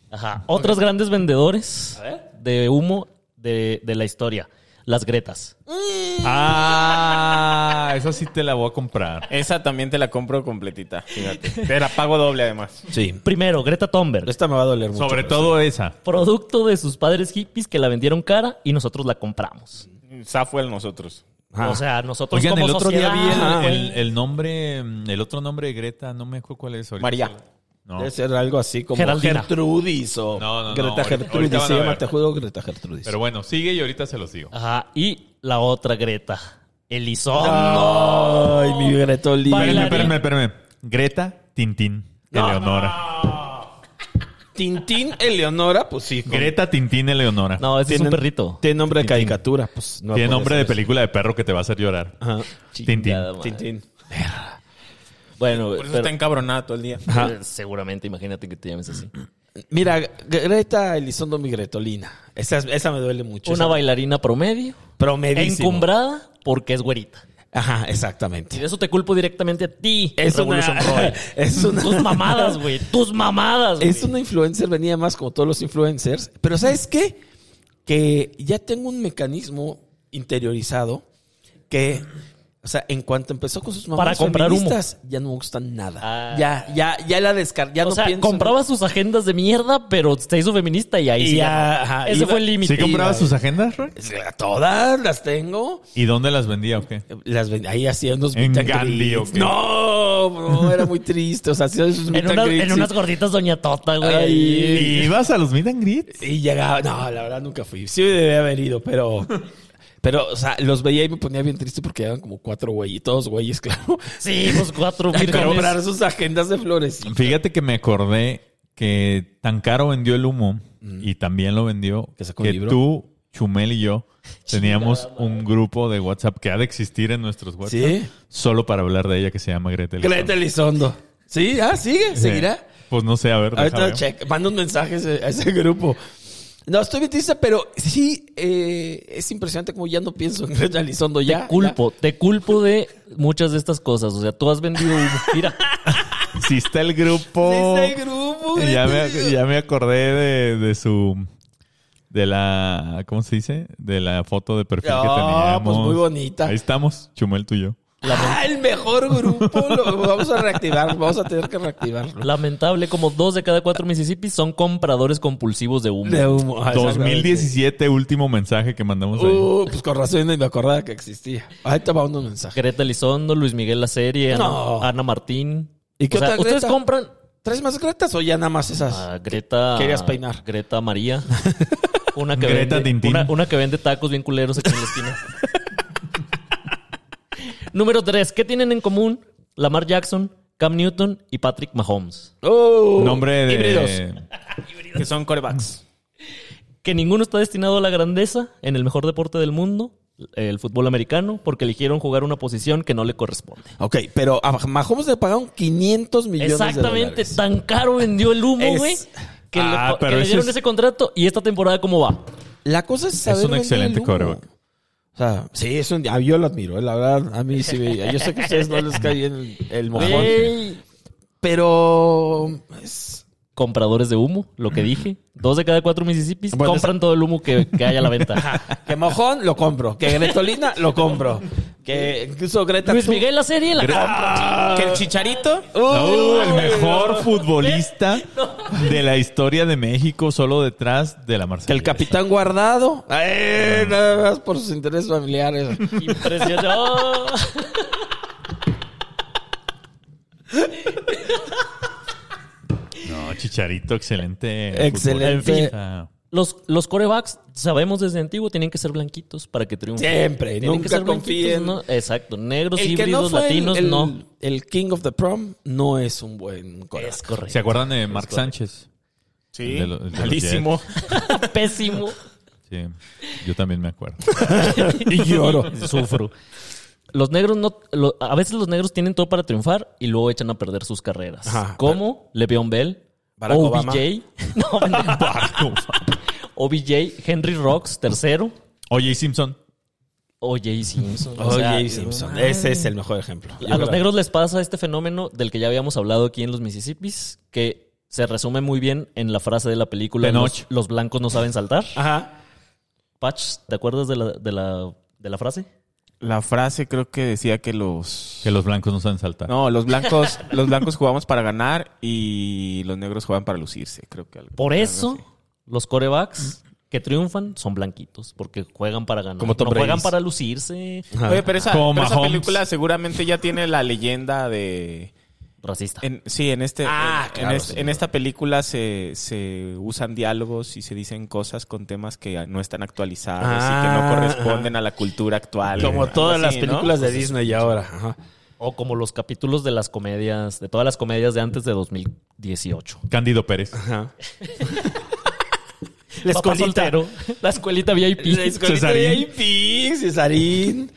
C: Ajá. Otros grandes vendedores de humo de, de la historia. Las Gretas.
A: Ah, esa sí te la voy a comprar.
E: Esa también te la compro completita, fíjate. Te la pago doble además.
D: Sí.
C: Primero, Greta Thunberg.
D: Esta me va a doler mucho.
A: Sobre todo esa.
C: Producto de sus padres hippies que la vendieron cara y nosotros la compramos.
E: Safo el nosotros.
D: Ah.
C: O sea, nosotros
A: Oigan,
C: como
A: el otro día vi el,
C: sociedad,
A: el- el nombre, mm, el otro nombre de Greta, no me acuerdo cuál es ahorita.
E: María.
A: No.
D: Debe ser algo así como
C: Geraldina.
D: Gertrudis o
A: No, no, no,
D: Greta
A: ahorita-
D: Gertrudis.
A: ahorita van a
D: Se llama,
A: ver.
D: te juro, Greta Gertrudis.
A: Pero bueno, sigue y ahorita se los digo.
C: Ajá. Y la otra Greta. Elizondo.
D: Ah. Ay, mi Gretolín.
A: Espérame,
C: Bailarín.
A: espérame, espérame. Greta Tintín, Eleonora.
D: Tintín Eleonora, pues sí. con-
A: Greta Tintín, Eleonora.
C: No, Ah, ese es un
D: Tienen-
C: perrito.
D: Tiene nombre de caricatura, pues. No
A: Tiene
D: puede
A: nombre
D: ser
A: de
D: eso.
A: película de perro que te va a hacer llorar.
D: Ajá.
A: Tintín.
C: Chingada madre.
D: Tintín.
C: Bueno,
E: Por eso
C: pero-
E: está encabronada todo el día.
C: eh, seguramente imagínate que te llames así.
D: Mira, Greta Elizondo Migretolina. Esa, esa me duele mucho.
C: Una
D: Esa-
C: bailarina promedio,
D: Promedísimo.
C: encumbrada porque es güerita.
D: Ajá,
C: Y
D: exactamente.
C: de eso te culpo directamente a ti,
D: Es
C: Revolution
D: una-
C: Roy.
D: es una-
C: Tus mamadas, güey. Tus mamadas, güey.
D: Es una influencer, venía más como todos los influencers. Pero ¿sabes qué? Que ya tengo un mecanismo interiorizado que, o sea, en cuanto empezó con sus mamás
C: Para comprar humo.
D: feministas, ya no me gustan nada.
C: Ah.
D: Ya, ya, ya la descargué. Ya
C: O
D: no
C: sea,
D: pienso-
C: compraba sus agendas de mierda, pero se hizo feminista y ahí
D: Y
C: sí.
D: ya,
C: ganó.
D: ajá,
C: Ese
D: iba-
C: fue el límite.
A: ¿Sí compraba sus agendas, Roy?
D: Todas las tengo.
A: ¿Y dónde las vendía o qué?
D: Las ven- ahí hacía unos
A: En
D: meet and
A: Gandhi,
D: greets.
A: ¿o qué?
D: No, bro, era muy triste. O sea, hacía esos meet
C: En,
D: and
C: unas-
D: greets
C: en
D: y-
C: unas gorditas Doña Tota, güey.
D: Ay.
A: ¿Y ibas a los meet and greets?
D: Y llegaba, no, la verdad nunca fui. Sí debía haber ido, pero. Pero, o sea, los veía y me ponía bien triste porque eran como cuatro güeyes, todos güeyes, claro.
C: Sí, los cuatro
D: A
C: vírgenes.
D: comprar sus agendas de flores.
A: Fíjate que me acordé que tan caro vendió el humo y también lo vendió
D: Que
A: que,
D: sacó un libro.
A: tú, Chumel y yo teníamos un grupo de WhatsApp que ha de existir en nuestros WhatsApp
D: Sí.
A: solo para hablar de ella que se llama Greta. Elizondo.
D: Greta Elizondo. Sí, ah, sigue,
A: Sí.
D: seguirá.
A: Pues eh. no sé, a ver. deja
D: Ahorita
A: ver.
D: check, manda un mensaje a ese- a ese grupo. No, estoy bien triste, pero sí eh, es impresionante como ya no pienso en Greta Elizondo. Ya.
C: Culpo, te culpo de muchas de estas cosas. O sea, tú has vendido humo. Mira.
A: Si está el grupo.
D: ya. Ese grupo.
A: ya,
D: Greta
A: me,
D: Elizondo.
A: ya me acordé de, de su de la, ¿cómo se dice? De la foto de perfil que
D: Ah,
A: teníamos.
D: pues muy bonita.
A: Ahí estamos, Chumel tú y yo.
D: Ah, el mejor grupo. Lo vamos a reactivar. Vamos a tener que reactivarlo.
C: Lamentable, como dos de cada cuatro Mississippi son compradores compulsivos de humo.
D: humo. ah,
A: 2017, último mensaje que mandamos ahí.
D: Uh, pues con razón ni me acordaba que existía. Ahí te va un mensaje.
C: Greta Elizondo, Luis Miguel La Serie, Ana-
D: No.
C: Ana, Martín.
D: ¿Y qué
C: O sea,
D: otra
C: ¿Ustedes
D: Greta?
C: compran Ah.
D: ¿Tres más gretas o ya nada más esas?
C: a Greta?
D: Querías peinar.
C: Greta María. Una que,
A: Greta
C: vende,
A: Tintín.
C: una, una que vende tacos bien culeros aquí en la esquina. Número tres. ¿Qué tienen en común Lamar Jackson, Cam Newton y Patrick Mahomes?
D: Oh,
A: Nombre de...
D: híbridos.
E: Que son corebacks.
C: Que ninguno está destinado a la grandeza en el mejor deporte del mundo, el fútbol americano, porque eligieron jugar una posición que no le corresponde.
D: Ok, pero a Mahomes le pagaron 500 millones de
C: Exactamente,
D: dólares.
C: tan caro vendió el humo,
D: Es-
C: güey. Que, le-
A: Ah,
C: que
A: pero
C: le,
A: ese
C: dieron
A: es-
C: ese contrato y esta temporada cómo va.
D: La cosa es saber
A: un
D: vender
A: excelente
D: el humo.
A: quarterback.
D: O sea, sí, es un... ah, yo lo admiro, eh, la verdad. A mí sí me... Yo sé que a ustedes no les cae bien el, el mojón.
C: Güey.
D: Pero... es-
C: Compradores de humo, lo que dije. Dos de cada cuatro Mississippi
D: Bueno,
C: compran todo el humo que, que haya a la venta.
D: Que mojón, lo compro. Que Gretolina, lo compro. Que incluso Greta...
C: Luis
D: tú-
C: Miguel la serie la
E: Que el chicharito.
A: No, el mejor futbolista de la historia de México, solo detrás de la
D: Que
A: Marcela.
D: el capitán guardado. Eh, nada más por sus intereses familiares.
C: Impresionante.
A: No, Chicharito, excelente.
D: Excelente.
A: futbolista.
C: Los, los corebacks, sabemos desde antiguo, tienen que ser blanquitos para que triunfen.
D: Siempre,
C: Tienen
D: nunca
C: que ser
D: confíen.
C: blanquitos, ¿no? Exacto. Negros,
D: El que no
C: híbridos,
D: fue
C: latinos,
D: el, el-
C: no.
D: el King of the Prom no es un buen quarterback.
C: Es correcto.
A: ¿Se acuerdan
D: pues,
A: de Mark Sánchez?
E: Sí.
A: De lo- de los
E: malísimo.
C: Pésimo.
D: pues.
A: Sí, yo también me acuerdo.
C: y lloro. Sufro. Los negros no. lo- a veces los negros tienen todo para triunfar y luego echan a perder sus carreras.
D: Ajá.
C: como Le'Veon Bell,
D: Barack
C: OBJ. No, pendejo. OBJ, Henry Rocks, tercero.
A: Oye, ¿y Simpson?
C: OJ Simpson. O sea,
D: O.J. Simpson. Ese es el mejor ejemplo. Yo
C: A
D: creo.
C: los negros les pasa este fenómeno del que ya habíamos hablado aquí en los Mississippis, que se resume muy bien en la frase de la película
A: De
C: Los,
A: noche.
C: los blancos no saben saltar.
E: Ajá.
C: Patch, ¿te acuerdas de la, de la, de la frase?
E: La frase creo que decía que los.
A: Que los blancos no saben saltar.
E: No, los blancos, los blancos jugamos para ganar y los negros juegan para lucirse, creo que algo.
C: Por
E: algo
C: eso,
E: así.
C: los corebacks que triunfan son blanquitos, porque juegan para ganar.
D: Como Tom
C: no juegan
D: Brady's.
C: para lucirse.
E: Oye, pero esa,
A: Como
E: pero esa
A: Mahomes.
E: película seguramente ya tiene la leyenda de.
C: Racista.
E: En- sí, en este.
D: Ah,
E: en,
D: claro,
E: en este-
D: sí,
E: en esta película se, se usan diálogos y se dicen cosas con temas que no están actualizados
D: Ah,
E: y que no corresponden a la cultura actual.
D: Como
E: Algo
D: todas las
E: así, ¿no? Pues
D: películas de Disney ahora. Ajá.
C: O como los capítulos de las comedias, de todas las comedias de antes de 2018.
A: Cándido Pérez.
D: Ajá.
C: La escuelita, la escuelita VIP.
A: Cesarín.
D: VIP, Cesarín.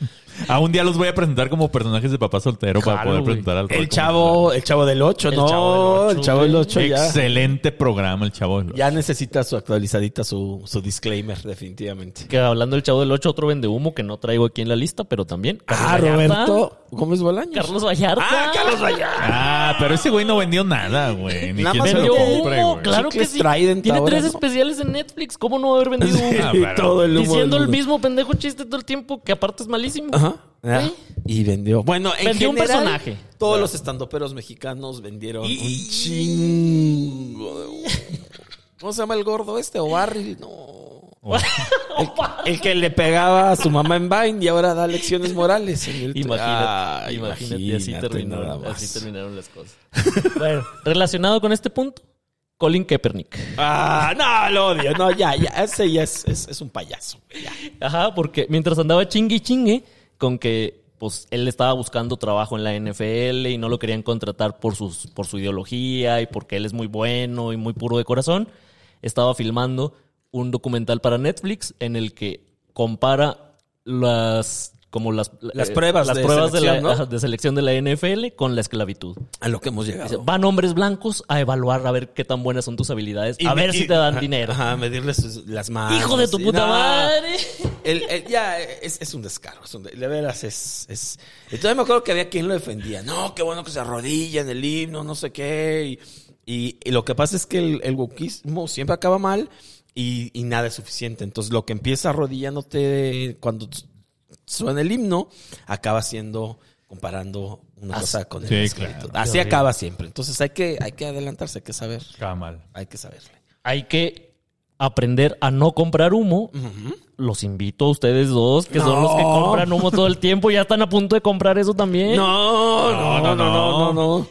A: Ah, un día los voy a presentar como personajes de papá soltero para
C: Claro,
A: poder
C: güey.
A: presentar al
D: El
A: Rorco.
D: chavo, el chavo del 8,
C: El
D: no.
C: chavo del ocho,
D: el chavo del
C: güey.
D: 8 ya.
A: Excelente programa, el chavo. del Ocho.
D: Ya necesita su actualizadita, su, su disclaimer, definitivamente.
C: Que hablando del Chavo del 8, otro vende humo que no traigo aquí en la lista, pero también.
D: Ah,
C: Vallarta.
D: Roberto Gómez Bolaños.
C: Carlos Vallarta.
D: Ah, Carlos Vallarta.
A: Ah, pero ese güey no vendió nada, güey. Ni
D: Nada
A: quien
D: más
A: se
C: Vendió
A: lo
D: vendió
A: compre,
C: humo,
A: güey.
C: claro que
D: Chicles
C: sí.
D: Trident
C: Tiene
D: ahora,
C: tres
D: ¿no?
C: especiales en Netflix. ¿Cómo no va a haber vendido humo?
A: Ah,
D: Y
A: pero-
D: todo el humo del
C: Diciendo el
D: mundo.
C: mismo pendejo chiste todo el tiempo, que aparte es malísimo.
D: Ajá. Ah, Y vendió. Bueno, en
C: Vendió un
D: general,
C: personaje.
D: Todos los estandoperos mexicanos vendieron un chingo de humo. ¿Cómo se llama el gordo este? ¿O Barry? No. El, el que le pegaba a su mamá en Vine y ahora da lecciones morales. en el-
C: Imagínate,
D: Ah,
C: imagínate, así,
D: imagínate nada
C: terminaron,
D: más.
C: así terminaron las cosas. bueno, relacionado con este punto, Colin Kaepernick.
D: Ah, no, lo odio. No, ya, ya. Ese ya es, es, es un payaso. ya.
C: Ajá, porque mientras andaba chingue y chingue con que pues él estaba buscando trabajo en la NFL y no lo querían contratar por sus por su ideología y porque él es muy bueno y muy puro de corazón, estaba filmando un documental para Netflix en el que compara las como las, eh,
D: Las pruebas
C: las
D: de
C: pruebas de, la-
D: selección, ¿no?
C: ajá, de selección de la NFL con la esclavitud.
D: A lo que hemos llegado.
C: Van hombres blancos a evaluar a ver qué tan buenas son tus habilidades,
D: Y
C: a
D: me-
C: ver
D: y-
C: si te dan
D: ajá,
C: dinero.
D: Ajá, medirle sus- las manos.
C: Hijo de tu
D: y
C: puta
D: no.
C: madre.
D: El- el- ya, es, es un descaro. Es un de, de veras, es, es. Entonces me acuerdo que había quien lo defendía. No, qué bueno que se arrodilla en el himno, no sé qué. Y, y- y lo que pasa es que el, el wokismo siempre acaba mal. y, y nada es suficiente. Entonces, lo que empieza arrodillándote cuando s- suena el himno, acaba siendo comparando una
C: Así-
D: cosa con el
A: Sí,
D: escrito.
A: claro.
D: Así acaba siempre. Entonces, hay que, hay que adelantarse, hay que saber,
A: Camal.
D: hay que saberle.
C: Hay que aprender a no comprar humo. Los invito a ustedes dos, que son los que
D: No.
C: compran humo todo el tiempo. Ya están a punto de comprar eso también.
D: No, no,
A: No, no,
D: no, no, no, no.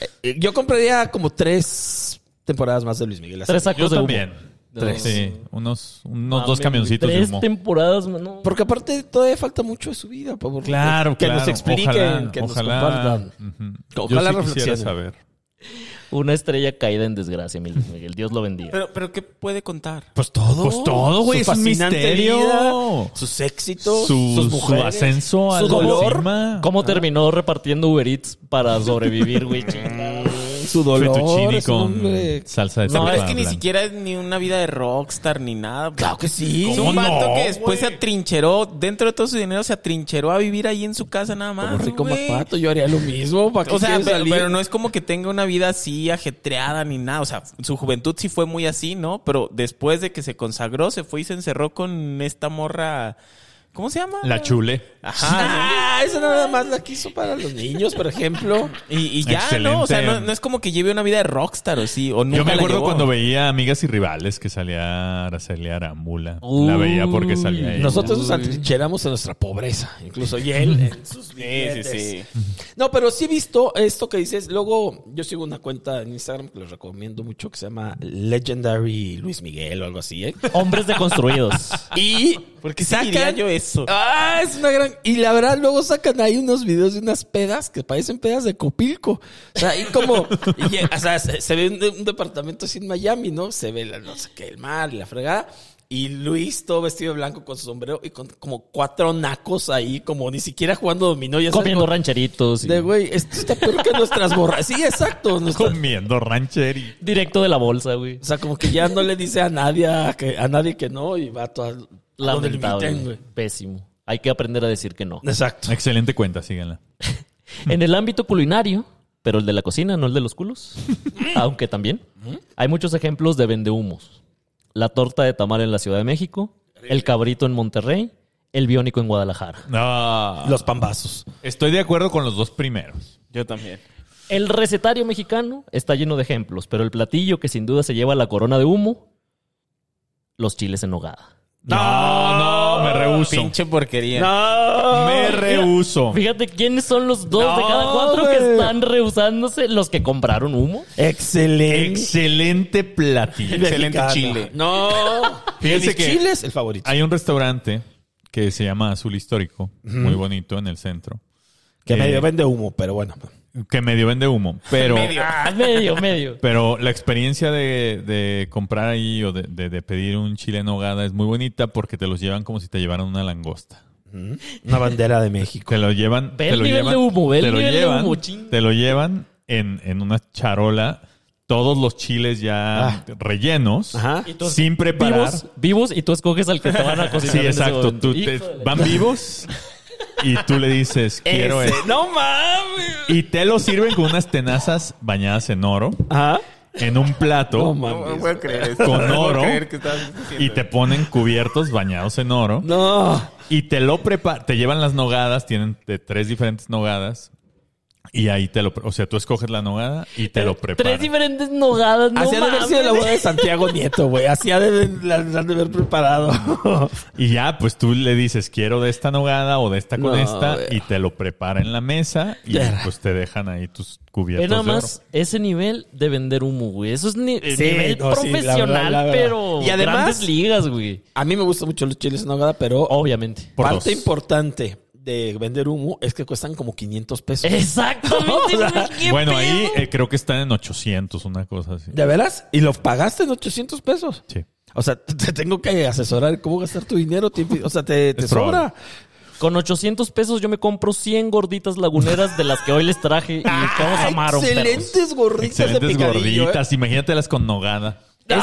D: Eh, eh, Yo compraría como tres temporadas más de Luis Miguel. Así.
C: Tres sacos
A: Yo
C: de humo.
A: también.
C: Tres.
A: Sí, unos, unos
C: Ah,
A: dos
C: me-
A: camioncitos de
C: Tres
A: humo.
C: temporadas. no.
D: Porque aparte todavía falta mucho de su vida. por favor.
A: Claro,
D: Que
A: claro.
D: nos expliquen,
A: Ojalá,
D: que
A: ojalá.
D: nos compartan.
A: Ujú.
D: Ojalá
A: Yo sí quisiera
D: reflexionen.
A: saber.
C: Una estrella caída en desgracia, mi Luis Miguel. Dios lo bendiga.
E: Pero, pero ¿qué puede contar?
A: Pues todo. Pues todo, güey. Es
D: Su
A: un
D: fascinante
A: misterio.
D: vida, sus éxitos,
A: Su,
D: sus
A: su
D: mujeres,
A: ascenso
D: su
A: al
D: dolor,
A: cima.
C: ¿Cómo terminó repartiendo Uber Eats para sobrevivir, güey? Chingada.
D: su dolor.
A: Fettuccine
D: es un
A: con
D: hombre-
A: salsa de
E: No,
A: tapa
E: es que ni
A: blanca.
E: siquiera es ni una vida de rockstar ni nada.
D: Claro que sí.
E: Es un
A: ¿Cómo
E: vato
A: no,
E: que después
A: güey?
E: se atrincheró, dentro de todo su dinero, se atrincheró a vivir ahí en su casa nada más.
D: Como rico
E: güey.
D: mapato, yo haría lo mismo. ¿Para qué
E: O sea,
D: quieres
E: pero,
D: salir?
E: pero no es como que tenga una vida así ajetreada ni nada. O sea, su juventud sí fue muy así, ¿no? Pero después de que se consagró, se fue y se encerró con esta morra. ¿Cómo se llama?
A: La chule.
E: Ajá.
D: Ah, esa nada más la quiso para los niños, por ejemplo.
E: Y, y ya, ¿no? O sea,
A: Excelente.
E: no, no es como que lleve una vida de rockstar o sí. O nunca
A: Yo me
E: la
A: acuerdo
E: llevó.
A: cuando veía Amigas y Rivales que salía Araceli Arámbula. la
C: Uy.
A: veía porque salía ella.
D: Nosotros nos atrincheramos en nuestra pobreza, incluso. Y él en sus
E: Sí, sí,
D: billetes.
E: sí.
D: No, pero sí he visto esto que dices. Luego, yo sigo una cuenta en Instagram que les recomiendo mucho que se llama Legendary Luis Miguel o algo así, ¿eh?
C: Hombres deconstruidos.
D: Y
E: Porque seguiría yo eso.
D: Ah, es una gran. Y la verdad, luego sacan ahí unos videos de unas pedas que parecen pedas de Copilco. O sea, ahí como. y, eh, o sea, se, se ve un, un departamento así en Miami, ¿no? Se ve la, no sé qué, el mar y la fregada. Y Luis todo vestido de blanco con su sombrero y con como cuatro nacos ahí, como ni siquiera jugando dominó. Ya sabes,
C: Comiendo
D: como
C: rancheritos. y-
D: De güey, esto está peor que nuestras borras. Sí, exacto. nuestra-
A: comiendo rancheri.
C: Directo de la bolsa, güey.
D: o sea, como que ya no le dice a nadie a que, a nadie que no y va a toda. a donde le inviten,
C: Lamentable.
D: güey.
C: Pésimo. Hay que aprender a decir que no.
D: Exacto.
A: Excelente cuenta, síganla.
C: En el ámbito culinario, pero el de la cocina, no el de los culos, aunque también,
D: ¿Mm?
C: hay muchos ejemplos de vendehumos. La torta de tamal en la Ciudad de México, el cabrito en Monterrey, el biónico en Guadalajara.
A: No.
D: Los pambazos.
A: Estoy de acuerdo con los dos primeros.
E: Yo también.
C: El recetario mexicano está lleno de ejemplos, pero el platillo que sin duda se lleva la corona de humo, los chiles en nogada.
A: No, no, me rehuso.
E: Pinche porquería.
A: Me rehuso.
C: Fíjate quiénes son los dos de
D: Oh. No,
C: cada cuatro que
D: güey.
C: están rehusándose, los que compraron humo.
D: Excelente.
A: Excelente platillo.
E: Excelente chile.
D: No.
A: Fíjense
D: El
A: que-
D: chile es el favorito.
A: Hay un restaurante que se llama Azul Histórico, muy bonito en el centro,
D: Que
A: Eh,
D: medio vende humo, pero bueno.
A: que medio vende humo, pero,
C: Ah, medio, medio.
A: pero la experiencia de, de comprar ahí o de, de- de pedir un chile en hogada es muy bonita porque te los llevan como si te llevaran una langosta.
D: Una bandera de México.
A: Te lo llevan,
C: Ve
A: te
C: el
A: lo
C: nivel
A: llevan,
C: de humo, ve el
A: te lo
C: nivel de
A: llevan,
C: humo, chinga.
A: te lo llevan en, en una charola, todos los chiles ya
D: Ah.
A: rellenos,
D: Ajá.
C: Y tú-
A: sin preparar.
C: Vivos, vivos y tú escoges al que te van a cocinar.
A: Sí,
C: en ese
A: exacto.
C: momento.
A: Tú te-
C: Híjole.
A: van vivos y tú le dices, quiero
D: Ese.
A: este.
D: No mames.
A: Y te lo sirven con unas tenazas bañadas en oro,
D: Ajá.
A: en un
D: No
A: plato,
E: No
D: mames.
E: puedo creer esto.
A: con
E: No puedo
A: oro,
E: creer que estás diciendo
A: y te ponen cubiertos bañados en oro,
D: No.
A: y te lo preparan, te llevan las nogadas, tienen de tres diferentes nogadas, y ahí te lo, pre- o sea, tú escoges la nogada y te lo
C: Tres
A: preparan.
C: diferentes nogadas, no
D: Así ha de haber
C: mames.
D: sido la boda de Santiago Nieto, güey. Así ha de, la, la han de haber preparado.
A: Y ya, pues tú le dices, quiero de esta nogada o de esta con
D: No,
A: esta,
D: güey.
A: y te lo prepara en la mesa, y
D: Ya.
A: pues te dejan ahí tus
C: Ve
A: cubiertos
C: nada
A: de oro.
C: más ese nivel de vender humo, güey. Eso es ni-
D: Sí,
C: nivel
D: no, sí, la verdad,
C: profesional,
D: la verdad.
C: pero
D: Y además-
C: grandes ligas, güey.
D: A mí me gustan mucho los chiles en nogada, pero
C: Obviamente.
A: Por
D: parte
A: dos.
D: importante de vender humo es que cuestan como 500 pesos.
C: Exactamente,
D: O sea,
C: güey, qué
A: Bueno,
C: pedo.
A: ahí eh, creo que están en 800, una cosa así.
D: ¿De veras? ¿Y lo pagaste en 800 pesos?
A: Sí.
D: O sea, te te tengo que asesorar cómo gastar tu dinero. te invi- o sea, te, te
A: Es probable.
D: sobra.
A: eh.
C: Con 800 pesos yo me compro 100 gorditas laguneras de las que hoy les
D: Ah,
C: traje y que vamos a amar a un perro.
D: Excelentes gorditas de
A: Excelentes
D: picadillo. ¿eh?
A: gorditas, imagínatelas con nogada.
D: Es,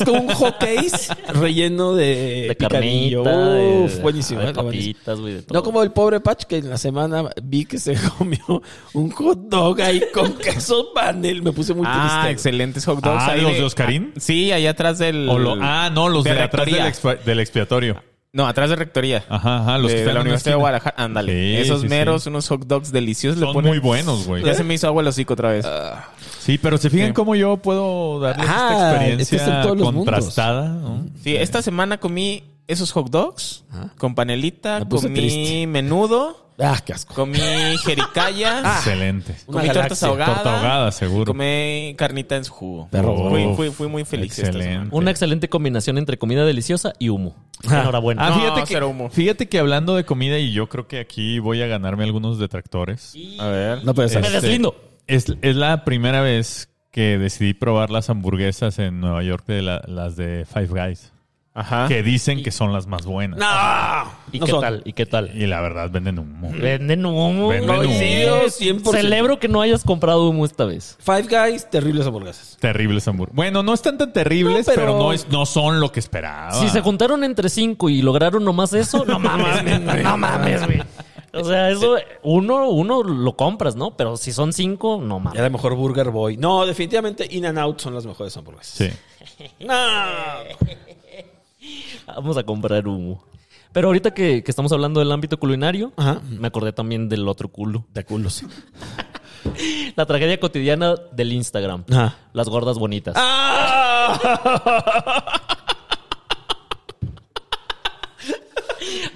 D: es como un hot case relleno de,
C: De
D: picadillo.
C: carnita, de- ah,
D: Uf, buenísimo. eh,
C: de
A: eh,
D: está buenísimo.
C: papitas, güey, de todo.
D: No como el pobre Patch que en la semana vi que se comió un hot dog ahí con queso panel. Me puse muy
E: ah,
D: triste.
E: excelentes hot dogs.
A: Ah,
E: ahí
A: ¿los de Oscarín?
E: Sí, ahí atrás del...
A: O lo- ah, no, los de,
E: de
A: atrás del,
E: rectoría.
A: expa- del expiatorio.
E: No, atrás de rectoría.
A: Ajá, ajá, los
E: de,
A: que
E: de
A: están
E: la
A: en una
E: Universidad de
A: esquina.
E: Guadalajara. Ándale.
A: Sí,
E: Esos
A: sí, sí.
E: meros, unos hot dogs deliciosos. le
A: Son
E: ponen-
A: muy buenos, güey.
E: Ya se me hizo agua el hocico otra vez.
A: Sí, pero se fijan
E: Sí.
A: cómo yo puedo darles
D: Ah,
E: este
A: esta experiencia
D: es que son todos los mundos.
A: contrastada. ¿no?
E: sí, esta semana comí esos hot dogs con panelita,
D: Ah. Me puse
E: comí
D: triste.
E: menudo,
D: Ah, qué asco.
E: comí jericaya,
A: Excelente.
D: Ah, Una
E: comí tortas
D: galaxia.
E: ahogadas,
A: Torta ahogada, seguro.
E: comí carnita en su jugo.
D: Perro.
E: Fui, fui- fui muy feliz esta
A: Excelente.
E: semana.
C: Una excelente combinación entre comida deliciosa y humo. Enhorabuena.
A: Ah,
E: No,
A: fíjate, que,
E: cero humo.
A: fíjate que hablando de comida, y yo creo que aquí voy a ganarme algunos detractores.
E: A ver.
D: No puede ser.
C: Me deslindo.
A: Es, es la primera vez que decidí probar las hamburguesas en Nueva York de la- las de Five Guys.
E: Ajá.
A: Que dicen que son las más buenas.
C: ¿Y
D: Ah, No
C: qué
D: son.
C: tal? ¿Y qué tal?
A: Y la verdad venden un montón.
C: Venden humo.
A: Venden humo.
D: Coincido 100%.
C: Celebro que no hayas comprado humo esta vez.
D: Five Guys, terribles hamburguesas.
A: Terribles hamburguesas. Bueno, no están tan terribles,
D: No, pero-
A: pero, no, es, no son lo que esperaba.
C: Si se juntaron entre cinco y lograron nomás eso, no mames, güey. No mames, güey. O sea, eso uno, uno lo compras, ¿no? Pero si son cinco, no
D: Era
C: mames.
D: mejor Burger Boy. No, definitivamente In and Out son las mejores hamburguesas.
A: Sí.
D: Eh.
C: Vamos a comprar humo. Pero ahorita que, que estamos hablando del ámbito culinario,
D: Ajá.
C: me acordé también del otro culo.
D: De culos.
C: La tragedia cotidiana del Instagram.
D: Ajá.
E: Ah.
C: Las gordas bonitas. Ah.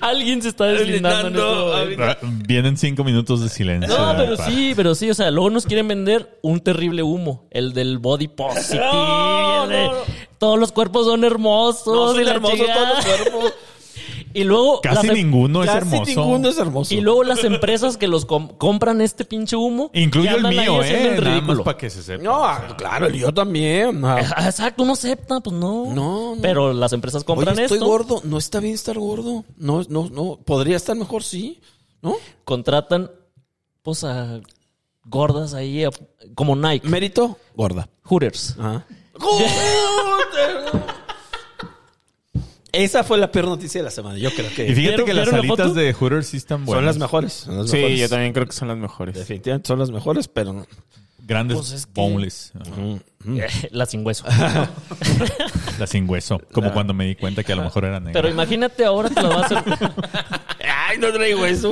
C: Alguien se está deslindando en este esto, güey.
A: Ra- Vienen cinco minutos de silencio.
C: No,
A: ¿verdad?
C: pero
A: Para-
C: sí, pero sí. O sea, luego nos quieren vender un terrible humo. El del body positive. el de, Todos los cuerpos son hermosos.
D: Todos
C: y la chingada.
D: cuerpos.
C: Y luego...
A: Casi
C: las em-
A: ninguno es
D: Casi
A: hermoso.
D: ninguno es hermoso.
C: Y luego las empresas que los com- compran este pinche humo.
A: Incluyo
C: que
A: el
C: andan ahí
A: mío,
C: haciendo
A: ¿eh?
C: el
A: Nada más
C: ridículo.
A: para que se sepa.
D: No, ah, claro, el yo también. Ah.
C: Ah, Exacto, uno acepta, pues no.
D: No, no.
C: Pero las empresas
D: Oye,
C: compran
D: estoy
C: esto,
D: gordo. No está bien estar gordo. No, no, no. Podría estar mejor, sí. ¿No?
C: contratan, pues a gordas ahí, a- como Nike,
D: Mérito, gorda.
C: Hooters.
D: Ajá. Esa fue la peor noticia de la semana, yo creo
A: Y
D: que.
A: fíjate
C: ¿Vieron-
A: que las
C: vieron la
A: alitas
C: foto?
A: de Hooters sí están buenas.
D: Son las mejores. Son las
E: Sí,
D: mejores.
E: yo también creo que son las mejores.
D: Definitivamente son las mejores, pero no.
A: Grandes
C: Pues es que-
A: boneless. Ajá.
C: La sin hueso.
A: Las sin hueso. Como cuando me di cuenta que a lo mejor eran negras.
C: Ah. Pero imagínate ahora que las vas a hacer.
D: Ay, no traigo eso.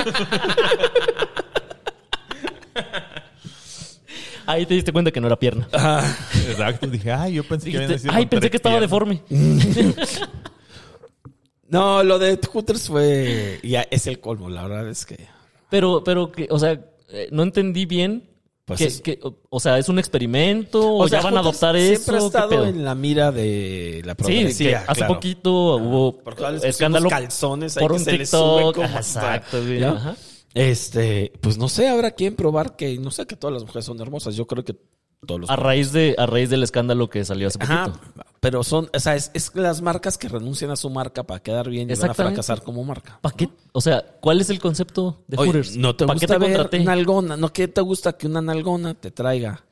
C: Ahí te diste cuenta que no era pierna.
D: Ah,
A: Exacto. Dije, ay, yo pensé que habían
C: Dijiste,
A: nacido
C: Ay,
A: con
C: pensé
A: tres
C: que estaba
A: piernas".
C: deforme.
D: No, lo de Hooters fue. Ya es el colmo, la verdad es que.
C: Pero, pero, que, o sea, eh, no entendí bien.
D: Pues
C: que,
D: es-
C: que, o- o sea, es un experimento o,
D: sea,
C: ya van a
D: Hooters
C: adoptar
D: Siempre ha
C: eso. ¿Qué
D: estado
C: pedo?
D: en la mira de la
C: Sí,
D: problemática.
C: sí, hace
D: claro.
C: poquito hubo
D: Porque ahora les pusimos
C: escándalo
D: calzones ahí
C: por
D: que
C: un
D: se les
C: TikTok.
D: sube como hasta-
C: Exacto, güey,
D: ¿Ya?
C: ajá.
D: Este, pues no sé, habrá quien probar que no sé que todas las mujeres son hermosas. Yo creo que todos los.
C: A raíz de a raíz del escándalo que salió hace poquito.
D: Ah, Ajá, pero son, o sea, es, es las marcas que renuncian a su marca para quedar bien y van a
C: Exactamente.
D: fracasar como marca.
C: ¿Para qué? O sea, ¿cuál es el concepto de
D: Oye,
C: Hooters?
D: no te
C: ¿Para
D: gusta
C: qué te
D: ver
C: contraté?
D: nalgona, no que te gusta que una nalgona te traiga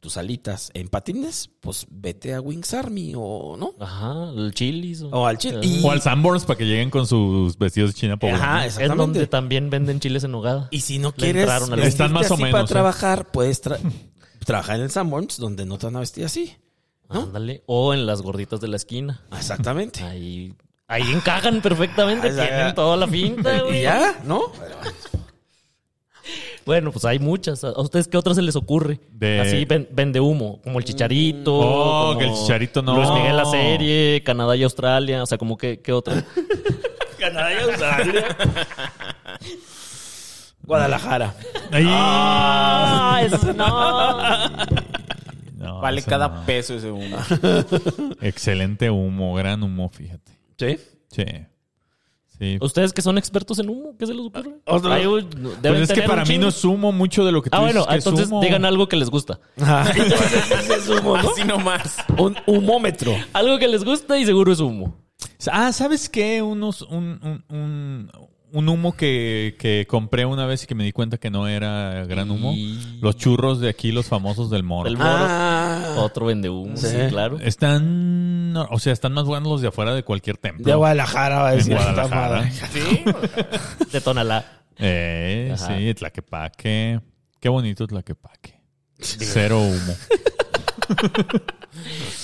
D: tus alitas en patines, pues vete a Wings Army o no,
C: Ajá, el chilis.
D: o al chile. Y-
A: O al Sanborns para que lleguen con sus vestidos de China poblana.
D: Ajá,
C: Es donde
D: exactamente.
C: también venden chiles en nogada.
D: Y si no
C: Le
D: quieres
C: entraron al-
D: vestirte
A: Están más o
D: así
A: menos,
D: para
A: ¿eh?
D: trabajar, puedes tra- trabajar en el Sanborns donde no te van a vestir así. ¿no?
C: Ándale. O en las gorditas de la esquina.
D: Exactamente.
C: Ahí, ahí encajan perfectamente.
D: Ah, ya,
C: tienen
D: ya.
C: toda la finta,
D: Y
C: güey.
D: ya, ¿no?
C: Bueno, pues hay muchas. ¿A ustedes qué otras se les ocurre?
A: De-
C: Así ven- vende humo, como el chicharito.
A: Oh,
C: como
A: que el Chicharito no.
C: Luis Miguel la serie, Canadá y Australia. O sea, como que, ¿qué otra?
D: Canadá y Australia. Guadalajara.
A: Ay,
C: ¡Ah! eso no.
A: no,
E: Vale
A: eso
E: cada
A: no.
E: peso ese humo.
A: Excelente humo, gran humo, fíjate.
D: Sí.
A: Sí. Sí. Pues
C: Ustedes que son expertos en humo, ¿qué se les ocurre?
D: Otro.
C: Ay, uy, no, deben
A: Ah, Pues es que
C: tener un
A: para mí
C: chingo.
A: no sumo mucho de lo que tú
C: Ah, bueno,
A: dices que Ah.
C: entonces
A: sumo.
C: digan algo que les gusta.
E: Así nomás.
D: Un humómetro.
C: Algo que les gusta y seguro es humo.
A: Ah, ¿sabes qué? Unos, un, un, un, un humo que, que compré una vez y que me di cuenta que no era gran humo.
C: Y-
A: Los churros de aquí, los famosos del moro.
C: Del Moro.
D: Ah,
C: Otro vende humo, sí,
D: Sí.
C: claro.
A: Están, no, o sea, están más buenos los de afuera de cualquier templo.
D: de Guadalajara va a
A: En
D: decir. esta
A: Guadalajara.
D: madre.
C: De Tonalá.
A: Eh,
C: Ajá.
A: sí, Tlaquepaque. Qué bonito Tlaquepaque. Cero humo.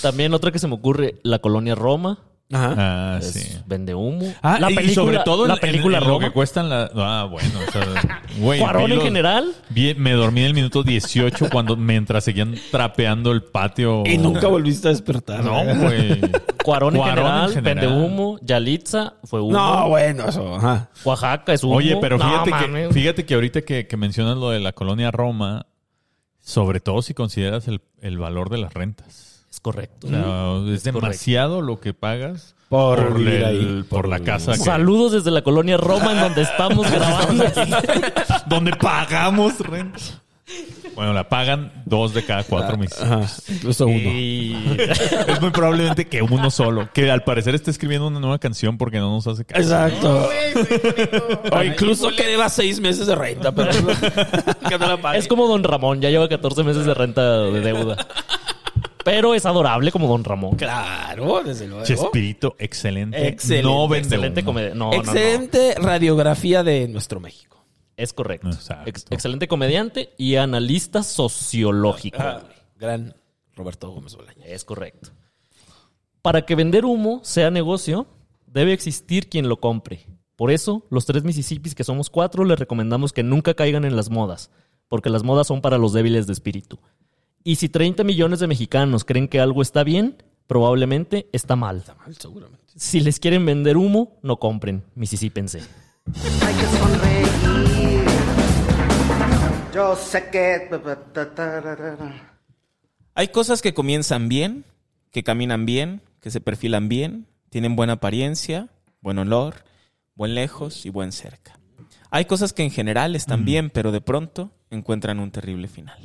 C: También otra que se me ocurre, la colonia Roma.
D: Ajá.
A: Ah,
C: es-
A: sí.
C: Vende humo.
A: Ah,
C: la
A: y sobre todo
C: la
A: en- en-
C: película
A: en lo
C: Roma.
A: que cuestan la... Ah, bueno. o sea, güey,
C: Cuarón
A: vi
C: en
A: los-
C: general.
A: vi- me dormí en el minuto 18 cuando, mientras seguían trapeando el patio.
D: Y nunca volviste a despertar. ¿eh?
A: No,
D: ¿verdad?
A: güey.
C: Cuarón,
A: Cuarón en
C: en, general,
A: general.
C: vende humo. Yalitza fue humo.
D: No, bueno, eso. Ajá.
C: Oaxaca es humo.
A: Oye, pero
C: No,
A: fíjate, que,
C: mames.
A: fíjate que ahorita que, que mencionas lo de la colonia Roma, sobre todo si consideras el, el valor de las rentas.
C: Es correcto.
A: O sea, es
C: Mm, correcto.
A: demasiado lo que pagas
D: Por vivir
A: el-
D: ahí.
A: por la casa que-
C: Saludos desde la colonia Roma en donde estamos grabando.
A: donde pagamos renta. Bueno, la pagan dos de cada cuatro mis.
D: Ajá. Incluso uno.
C: Y
A: Es muy probablemente que uno solo, que al parecer está escribiendo una nueva canción porque no nos hace caso.
D: Exacto. o incluso que deba seis meses de renta, pero que no la pague.
C: es como Don Ramón, ya lleva 14 meses de renta de deuda. Pero es adorable como Don Ramón.
D: Claro, desde luego.
A: Chespirito, excelente.
D: Excelente,
A: no vende
C: Excelente
A: humo.
C: comedia. No, no, no.
D: Excelente radiografía de nuestro México.
C: Es correcto.
A: Exacto.
C: Ex- excelente comediante y analista sociológico. güey.
D: Gran Roberto Gómez Bolaño.
C: Es correcto. Para que vender humo sea negocio, debe existir quien lo compre. Por eso, los tres Mississippis que somos cuatro les recomendamos que nunca caigan en las modas, porque las modas son para los débiles de espíritu. Y si 30 millones de mexicanos creen que algo está bien, probablemente está mal.
D: Seguramente.
C: Si les quieren vender humo, no compren, misisípense.
F: Hay que sonreír. Yo sé que.
E: Hay cosas que comienzan bien, que caminan bien, que se perfilan bien, tienen buena apariencia, buen olor, buen lejos y buen cerca. Hay cosas que en general están bien, pero de pronto encuentran un terrible final.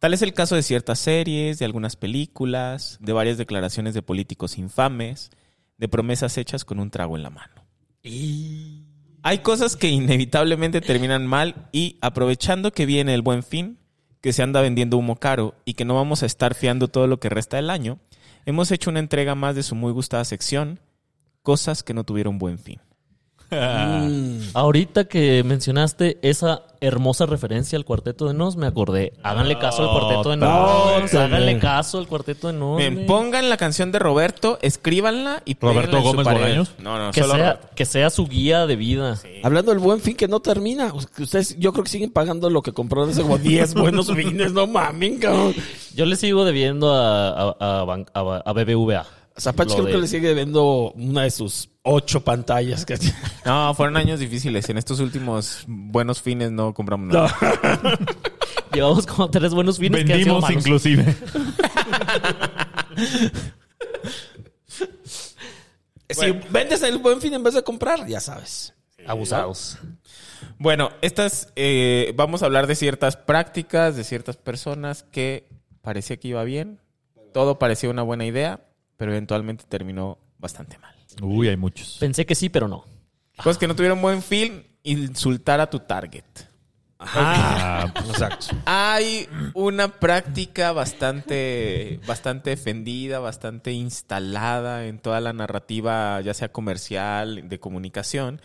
E: Tal es el caso de ciertas series, de algunas películas, de varias declaraciones de políticos infames, de promesas hechas con un trago en la mano. Hay cosas que inevitablemente terminan mal y aprovechando que viene el buen fin, que se anda vendiendo humo caro y que no vamos a estar fiando todo lo que resta del año, hemos hecho una entrega más de su muy gustada sección, Cosas que no tuvieron buen fin.
A: Ah,
C: Ahorita que mencionaste esa hermosa referencia al cuarteto de Nos, me acordé. Háganle caso al cuarteto de Nos.
D: también.
C: háganle caso al cuarteto de Nos.
E: pues, Bien,
C: güey.
E: pongan la canción de Roberto, escríbanla y péguenla
A: ¿Roberto
E: en su
A: Gómez
E: pared.
A: Bolaños?
E: No, no,
C: que,
E: solo
C: sea,
E: Roberto.
C: que sea su guía de vida.
D: Hablando del buen fin que no termina. Ustedes, yo creo que siguen pagando lo que compraron hace como 10 buenos fines. No mamen, cabrón.
C: Yo le sigo debiendo a, a, a Ban- a- a BBVA.
D: Zapache
C: Lo
D: creo
C: de-
D: que le sigue viendo una de sus ocho pantallas. Que...
E: No, fueron años difíciles. En estos últimos buenos fines no compramos nada.
C: Llevamos como tres buenos fines que han sido
A: Vendimos
C: malos.
A: inclusive.
D: Si vendes el buen fin en vez de comprar, ya sabes.
C: Abusados.
E: Bueno, estas eh, vamos a hablar de ciertas prácticas, de ciertas personas que parecía que iba bien, todo parecía una buena idea, pero eventualmente terminó bastante mal.
A: Uy, hay muchos.
C: Pensé que sí, pero no.
E: Cosas que no tuvieron buen film, insultar a tu target.
A: Ah,
D: Exacto.
E: Hay una práctica bastante, bastante ofendida, bastante instalada en toda la narrativa, ya sea comercial, de comunicación,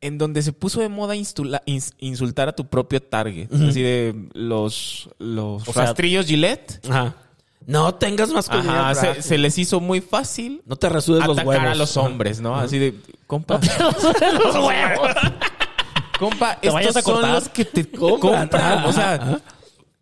E: en donde se puso de moda instula- ins- insultar a tu propio target. Así de los, los
C: O sea-
E: rastrillos Gillette.
D: Ajá. No tengas más comida.
E: Ajá, se,
D: Frank.
E: se les hizo muy fácil
D: No te resuelves los
E: atacar
D: huevos.
E: a los hombres, ¿no? Así de, compa,
C: Los huevos.
E: compa,
C: Te vayas
E: estos
C: a cortar.
E: son los que te
D: Compran,
E: compran.
D: ajá,
E: O sea,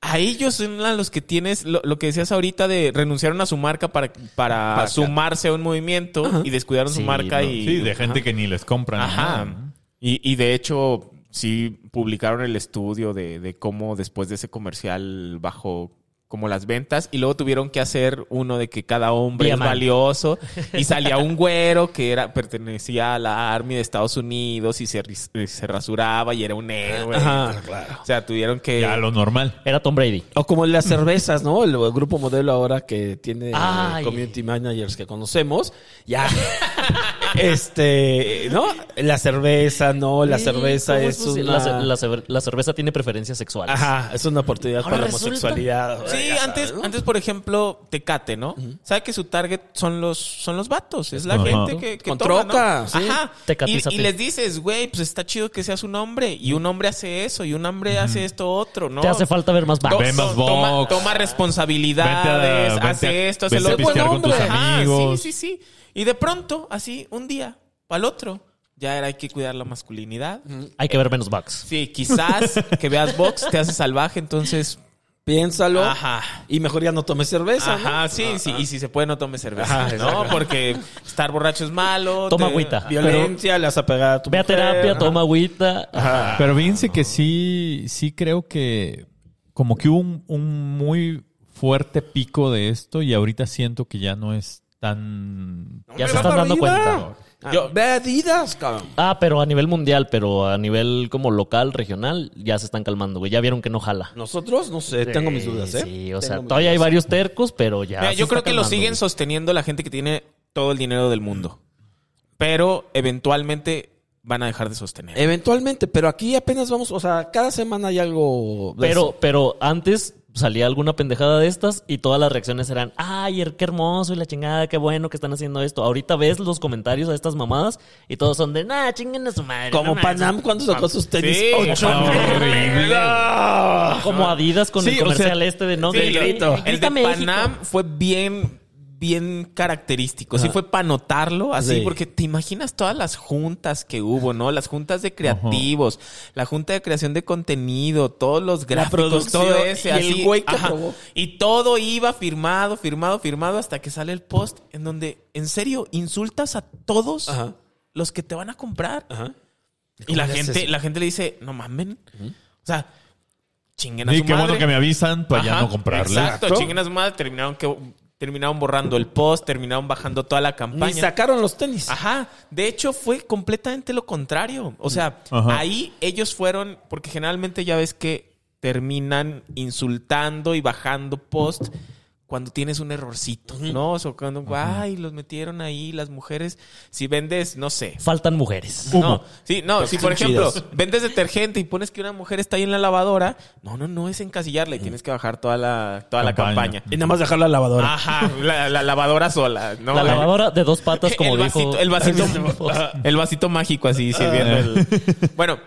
E: a ellos son a los que tienes lo, lo que decías ahorita de renunciaron a su marca para, para sumarse a un movimiento y descuidaron su
C: Sí,
E: marca
C: no.
E: y.
A: sí, de gente que ni les compran.
E: Ajá.
A: nada, ¿no?
E: Y, y de hecho, sí publicaron el estudio de, de cómo después de ese comercial bajó como las ventas y luego tuvieron que hacer uno de que cada hombre
C: Diamante.
E: es valioso y salía un güero que era pertenecía a la Army de Estados Unidos y se, ris- se rasuraba y era un héroe.
D: Ajá, claro.
E: O sea, tuvieron que...
A: Ya lo normal.
C: Era Tom Brady.
D: O como las cervezas, ¿no? El, el grupo modelo ahora que tiene eh,
C: Ay.
D: community managers que conocemos. Ya. Este, ¿no? La cerveza, no, la cerveza
C: ¿Cómo
D: es
C: posi-
D: una...
C: la, ce- la ce- la cerveza tiene preferencias sexuales.
D: Ajá, es una oportunidad
C: Ahora
D: para la
C: resulta.
D: homosexualidad.
E: Sí,
D: Ya
E: antes,
D: sabes, ¿no?
E: antes por ejemplo, Tecate, ¿no? Sabe que su target son los son los vatos, es la
A: Ajá.
E: gente que, que
D: Con
E: toma, ¿no?
D: troca, sí.
E: Ajá.
C: Tecatízate.
E: Y, y les dices, güey, pues está chido que seas un hombre y un hombre hace eso y un hombre hace esto otro, ¿no?
C: Te hace falta ver más
E: To-
C: Backbox.
A: Ven más
E: toma,
A: box.
E: toma responsabilidades,
A: Vente a- vente
E: hace
A: a-
E: esto, hace
A: vente
E: lo
A: a
E: otro.
A: pistear con tus
E: Ajá,
A: amigos.
E: sí, sí, sí. Y de pronto, así, un día, para el otro, ya era hay que cuidar la masculinidad.
C: Hay que ver menos Bugs.
E: Sí, quizás que veas box te hace salvaje, entonces.
D: Piénsalo.
E: Ajá.
D: Y mejor ya no tomes cerveza, ¿no?
E: Ajá,
C: Ah,
E: sí, sí. Y si se puede, no tome cerveza.
D: Ajá,
E: no,
D: exacto.
E: porque estar borracho es malo.
C: Toma agüita.
D: Violencia, le vas a pegar a tu
C: Ve a
D: mujer,
C: terapia,
D: ¿no?
C: toma agüita.
A: Pero fíjense que sí, sí creo que como que hubo un, un muy fuerte pico de esto y ahorita siento que ya no es tan...
C: Ya se
D: Ve
C: están
D: a
C: dando
D: Adidas.
C: cuenta.
D: Ah, Yo, ve a Adidas, cabrón.
C: Ah, pero a nivel mundial, pero a nivel como local, regional, ya se están calmando, güey. Ya vieron que no jala.
D: Nosotros, no sé, tengo mis dudas, ¿eh?
C: Sí, o
D: Tengo
C: sea,
D: mis
C: todavía hay varios tercos, pero ya.
E: Mira,
C: se
E: yo
C: está
E: creo que lo
C: calmando,
E: siguen
C: güey.
E: sosteniendo la gente que tiene todo el dinero del mundo. Pero eventualmente van a dejar de sostener.
D: Eventualmente, pero aquí apenas vamos, o sea, cada semana hay algo.
E: pues-
D: de
C: Pero,
D: eso.
C: pero antes salía alguna pendejada de estas y todas las reacciones eran, ay, er- qué hermoso y la chingada, qué bueno que están haciendo esto. Ahorita ves los comentarios a estas mamadas y todos son de, nah, chinguen a su madre. no
D: como
C: mames".
D: Panam cuando sacó sus tenis.
E: Sí,
D: ocho
E: no,
D: mil
E: horrible.
D: pesos.
C: Como Adidas con
A: Sí,
C: el
A: o sea,
C: comercial este de no
E: Sí,
C: grita-
E: lo-
C: grita
E: El de
C: México".
E: Panam fue bien, bien característico. Sí, fue para notarlo así,
D: Sí.
E: porque te imaginas todas las juntas que hubo, ¿no? Las juntas de creativos, la junta de creación de contenido, todos los gráficos,
D: producción,
E: todo ese,
D: y el
E: así,
D: güey que
E: ajá.
D: aprobó.
E: Y todo iba firmado, firmado, firmado, hasta que sale el post en donde, en serio, insultas a todos
D: Ajá.
E: los que te van a comprar.
D: Ajá.
E: Y la
D: le haces
E: gente,
D: eso?
E: la gente le dice, no mamen. O sea, chinguen a
A: Sí,
E: su
A: qué bueno
E: madre.
A: que me avisan para ya
E: Ajá,
A: no comprarla.
E: Exacto, chinguen a su madre, terminaron que terminaron borrando el post, terminaron bajando toda la
D: Ni
E: campaña.
D: sacaron los tenis.
E: Ajá, de hecho fue completamente lo contrario. O sea,
A: Ajá.
E: ahí ellos fueron, porque generalmente ya ves que terminan insultando y bajando post cuando tienes un errorcito, ¿no? O sea, cuando, ay, los metieron ahí, las mujeres, si vendes, no sé,
C: Faltan mujeres.
E: no, sí, no, si por
D: son
E: ejemplo
D: chidas.
E: vendes detergente y pones que una mujer está ahí en la lavadora, no, no, no es encasillarla y tienes que bajar toda la, toda la
A: Campaña.
E: campaña.
D: Y nada más dejar la lavadora.
E: Ajá, la, la lavadora sola, ¿no?
C: La lavadora de dos patas, como
E: el
C: dijo.
E: vasito, el vasito,
C: David Fox.
E: ajá, el vasito mágico así sirviendo. el- Bueno,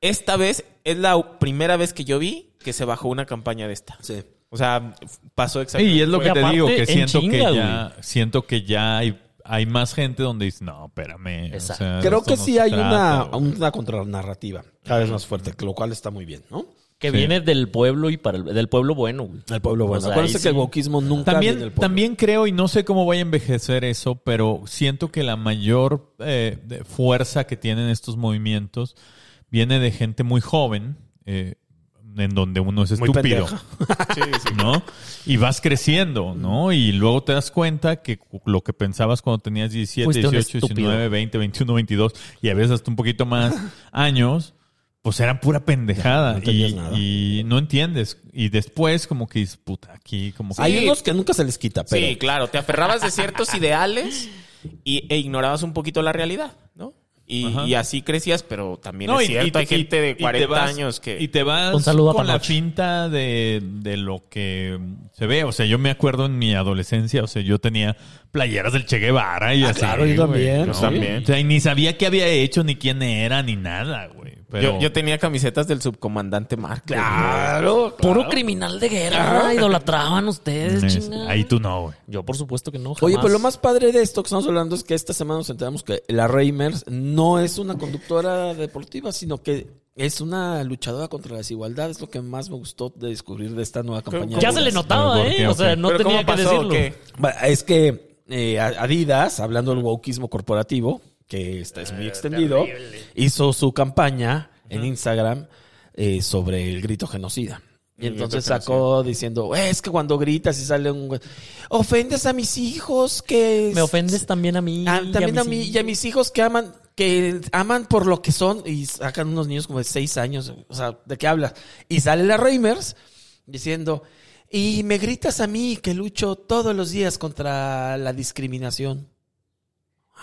E: esta vez es la primera vez que yo vi que se bajó una campaña de esta.
D: Sí.
E: O sea, pasó exactamente.
A: Y es lo que te
C: aparte,
A: digo, que
C: en
A: siento que
C: chinga,
A: ya, siento que ya hay, hay más gente donde dice, no, espérame. o
C: Exacto.
A: sea,
D: Creo
A: esto
D: que
A: no
D: sí
A: se
D: hay
A: trata,
D: una,
A: güey.
D: una contranarrativa cada vez más fuerte, lo cual está muy bien, ¿no?
C: Que
A: Sí.
C: viene del pueblo y para el, del pueblo bueno, güey.
D: Al pueblo bueno.
C: O sea,
D: Acuérdense
C: ahí
D: que el
C: sí.
D: wokismo nunca viene del
A: También,
D: pueblo.
A: también creo, y no sé cómo vaya a envejecer eso, pero siento que la mayor eh, de- fuerza que tienen estos movimientos viene de gente muy joven, eh, en donde uno es
D: Muy
A: estúpido,
D: pendeja.
A: ¿no? Y vas creciendo, ¿no? Y luego te das cuenta que cu- lo que pensabas cuando tenías 17,
C: Fuiste un
A: 18,
C: estúpido.
A: 19, 20, 21, 22, y a veces hasta un poquito más años, pues eran pura pendejada. y,
D: No entendías nada.
A: y no entiendes. Y después como que dices, puta, aquí como que...
D: Hay unos que nunca se les quita, pero.
E: Sí, claro, te aferrabas de ciertos ideales y, e ignorabas un poquito la realidad, ¿no? Y,
A: Ajá.
E: y así crecías, pero también
A: No,
E: es
A: y-
E: cierto,
A: y-
E: hay gente
A: y- y
E: de
A: te
E: 40
A: vas-
E: años que...
A: Y te vas
C: Un saludo a
A: con la
C: Panocho.
A: finta de, de lo que se ve. O sea, yo me acuerdo en mi adolescencia, o sea, yo tenía playeras del Che Guevara y así.
D: claro, yo
A: güey,
D: también,
A: ¿no?
D: sí.
E: también.
A: O sea, y ni sabía qué había hecho, ni quién era, ni nada, güey. Pero
E: yo, yo tenía camisetas del subcomandante Mark.
D: Claro.
C: Puro criminal de guerra. Idolatraban ustedes,
A: es-
C: chingada.
A: ahí tú no, güey.
C: Yo, por supuesto que no. Jamás.
D: Oye, pero lo más padre de esto que estamos hablando es que esta semana nos enteramos que la Reimers no es una conductora deportiva, sino que es una luchadora contra la desigualdad. Es lo que más me gustó de descubrir de esta nueva campaña.
C: Ya se le notaba,
A: ¿Por qué?
C: ¿eh? O
A: Ok.
C: sea, no
E: Pero
C: tenía
E: ¿cómo
C: que
E: pasó?
C: decirlo.
E: ¿Qué?
D: Bueno, Es que eh, Adidas, hablando del wokismo corporativo, que está, es muy extendido, hizo su campaña en Instagram eh, sobre el grito genocida. Y entonces sacó diciendo, es que cuando gritas y sale un... güey, Ofendes a mis hijos que...
C: Me ofendes también a mí.
D: Ah,
C: y
D: también a
C: mis
D: mí y
C: hijos.
D: a mis hijos que aman, que aman por lo que son y sacan unos niños como de seis años, o sea, ¿de qué hablas? Y sale la Reimers diciendo, y me gritas a mí que lucho todos los días contra la discriminación.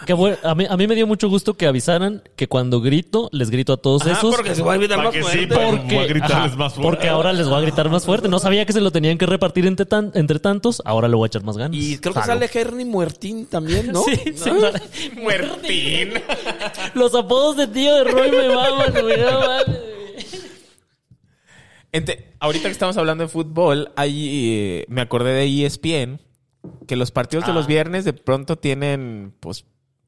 C: Qué bueno. a, mí, a mí me dio mucho gusto que avisaran que cuando grito, les grito a todos
D: Ah,
C: esos.
D: porque se va a olvidar
A: Para
D: más
A: que
D: fuerte.
A: sí, para que voy a gritarles
C: ajá,
A: más fuerte.
C: porque ahora les voy a gritar más fuerte. No sabía que se lo tenían que repartir entre, tan- entre tantos. Ahora le voy a echar más ganas.
D: Y creo que
C: Jalo.
D: sale Henry Muertín también, ¿no?
C: Sí, sí, sale. Muertín. Los apodos de tío de Roy me maman, güey. no mames.
E: Ente- ahorita que estamos hablando de fútbol, ahí eh, me acordé de ESPN que los partidos
A: Ah.
E: de los viernes de pronto tienen pues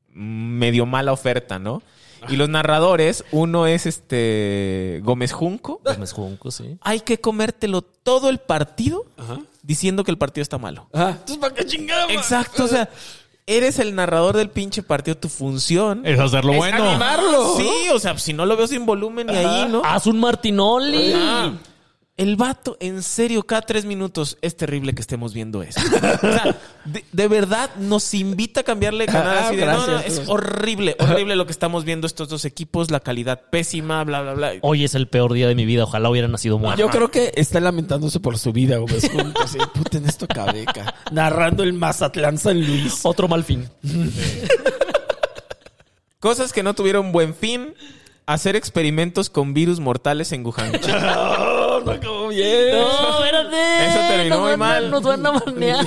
E: medio mala oferta, ¿no? Y los narradores, uno es este Gómez Junco.
C: Gómez Junco, sí.
E: Hay que comértelo todo el partido diciendo que el partido está malo.
D: Ajá. Entonces, ¿para qué chingada?
E: Exacto, o sea, eres el narrador del pinche partido, tu función
A: Es hacerlo bueno.
E: animarlo. Sí, o sea, si no lo veo sin volumen ni ahí, ¿no?
C: Haz un Martinoli.
D: Ah.
E: El vato, en serio, cada tres minutos es terrible que estemos viendo eso. O sea, de, de verdad nos invita a cambiarle de canal
D: Ah,
E: así de, no, no,
D: gracias.
E: es horrible, horrible lo que estamos viendo estos dos equipos, la calidad pésima, bla, bla, bla.
C: Hoy es el peor día de mi vida. Ojalá hubiera nacido muerto.
D: Yo creo que está lamentándose por su vida, Gómez Junco. Así, puta, en esto cabeca. Narrando el Mazatlán San Luis.
C: Otro mal fin.
E: Cosas que no tuvieron buen fin. Hacer experimentos con virus mortales en Wuhan. China.
D: Ah, No, no acabó bien.
C: No, espérate.
E: Eso terminó
C: Nos
E: muy
C: van a-
E: mal.
C: Nos van a banear.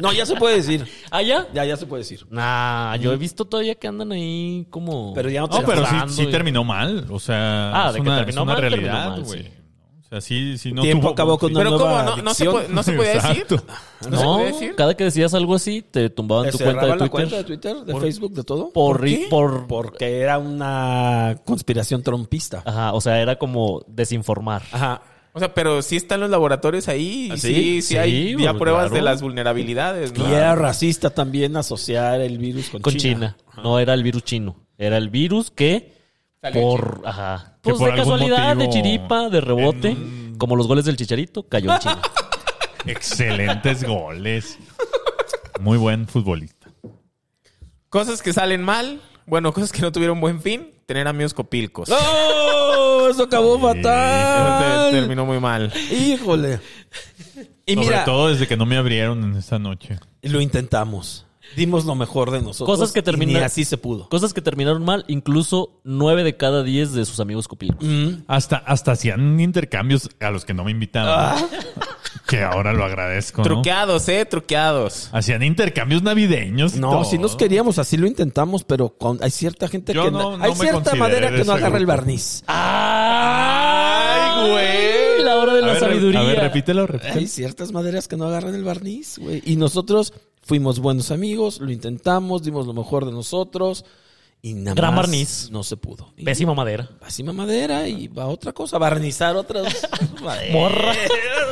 D: No, ya se puede decir.
C: ¿Allá?
D: Ya, ya se puede decir.
C: Nah, yo he visto todavía que andan ahí como.
D: Pero ya no te
A: No, pero sí,
C: Hablando
A: sí
C: y-
A: terminó mal. O sea,
C: Ah,
A: es
C: de que
A: una,
C: terminó
A: es una
C: mal, terminó
A: realidad,
C: mal,
A: güey.
C: sí.
A: O sea, sí, sí no
D: Tiempo
A: tuvo...
D: acabó con
A: sí.
D: una
E: Pero
D: nueva
E: ¿cómo? ¿No, no se,
D: adicción.
E: puede- no se podía decir?
A: Exacto.
E: ¿No, se
C: No,
E: podía decir?
C: cada que decías algo así, te tumbaban tu
D: ¿Te
C: cuenta de
D: cerraban
C: Twitter.
D: la cuenta de Twitter, de Facebook, de todo?
C: Por, ri-
E: qué?
C: por,
D: Porque era una conspiración trompista.
C: Ajá, o sea, era como desinformar.
D: Ajá.
E: O sea, pero sí están los laboratorios ahí. y
C: ¿Ah,
E: sí,
C: sí?
E: sí,
C: Sí,
E: hay ya
C: pues,
E: pruebas de
C: claro.
E: las vulnerabilidades. ¿no?
D: Y era racista también asociar el virus con,
C: Con China. No era el virus chino. Era el virus que
E: Salió
C: por ajá,
A: Que
C: pues
A: por
C: de
A: algún
C: casualidad, de
A: motivo
C: chiripa, de rebote, como los goles del Chicharito, cayó en China.
A: Excelentes goles. Muy buen futbolista.
E: Cosas que salen mal. Bueno, cosas que no tuvieron buen fin. Tener amigos copilcos.
D: ¡No! Oh, Eso acabó
E: Eso te-
D: fatal.
E: terminó muy mal.
D: Híjole. Y
A: Eh, Sobre
D: mira,
A: todo desde que no me abrieron en esa noche.
D: lo intentamos. Dimos lo mejor de nosotros.
C: Cosas que
D: y
C: terminan-
D: ni así se pudo.
C: Cosas que terminaron mal, incluso nueve de cada diez de sus amigos copilicos.
A: Hasta, hasta hacían intercambios a los que no me invitaban.
C: Ah.
A: Que ahora lo agradezco. ¿no?
E: Truqueados, eh, truqueados.
A: Hacían intercambios navideños. y
D: No,
A: todo.
D: sí nos queríamos, así lo intentamos, pero con- hay cierta gente
A: Yo
D: que
A: no-
D: na-
A: no
D: hay
A: me
D: cierta
A: consideré
D: madera
A: de
D: que
A: ese
D: no agarra el
A: grupo.
D: barniz.
C: ¡Ay,
E: güey!
C: La hora de
A: A
C: la
A: ver,
C: sabiduría.
A: A ver, repítelo, repítelo.
D: Hay ciertas maderas que no agarran el barniz, güey. Y nosotros fuimos buenos amigos, lo intentamos, dimos lo mejor de nosotros y nada
C: Gran
D: más
C: barniz.
D: no se pudo. Y
C: Pésima madera.
D: Pésima madera y va otra cosa, barnizar otras maderas.
C: Morra.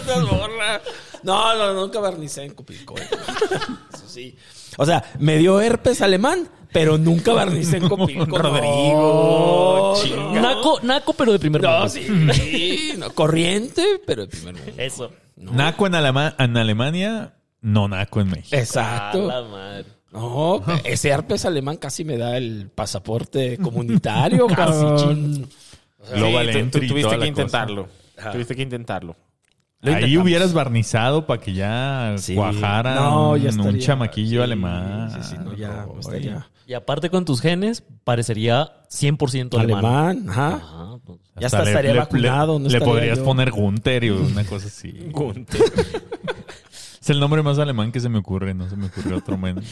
D: Otras morra. No, no, nunca barnicé en Copilco. güey. Eso sí. O sea, me dio herpes alemán, pero nunca barnicé en Copilco. Rodrigo,
C: Naco, naco, pero de primer
D: No,
C: mundo.
D: sí, sí, no, corriente, pero el primer mundo.
C: Eso.
A: Naco en, Alema- en Alemania, no naco en México.
D: Exacto.
C: A la madre.
D: No, ese herpes alemán casi me da el pasaporte comunitario.
C: Casi,
D: cabrón.
C: chin.
A: Global
E: tú- tú
A: entry y
E: tuviste
A: toda la
E: que
A: cosa.
E: intentarlo. Tuviste que intentarlo.
A: Ahí hubieras barnizado para que ya
D: Sí.
A: cuajara
D: No, ya
A: un- un
D: estaría-
A: chamaquillo
D: sí,
A: alemán.
D: Sí, sí, no, ya,
A: Oye.
D: estaría.
C: Y aparte con tus genes, parecería 100% alemán.
D: Alemán, ajá.
C: Ajá, pues.
D: Ya
A: Hasta
D: hasta estaría vacunado.
A: Le,
D: no
A: le
D: estaría
A: podrías
D: yo.
A: poner Gunther y una cosa así. Es el nombre más alemán que se me ocurre, no se me ocurre otro menos.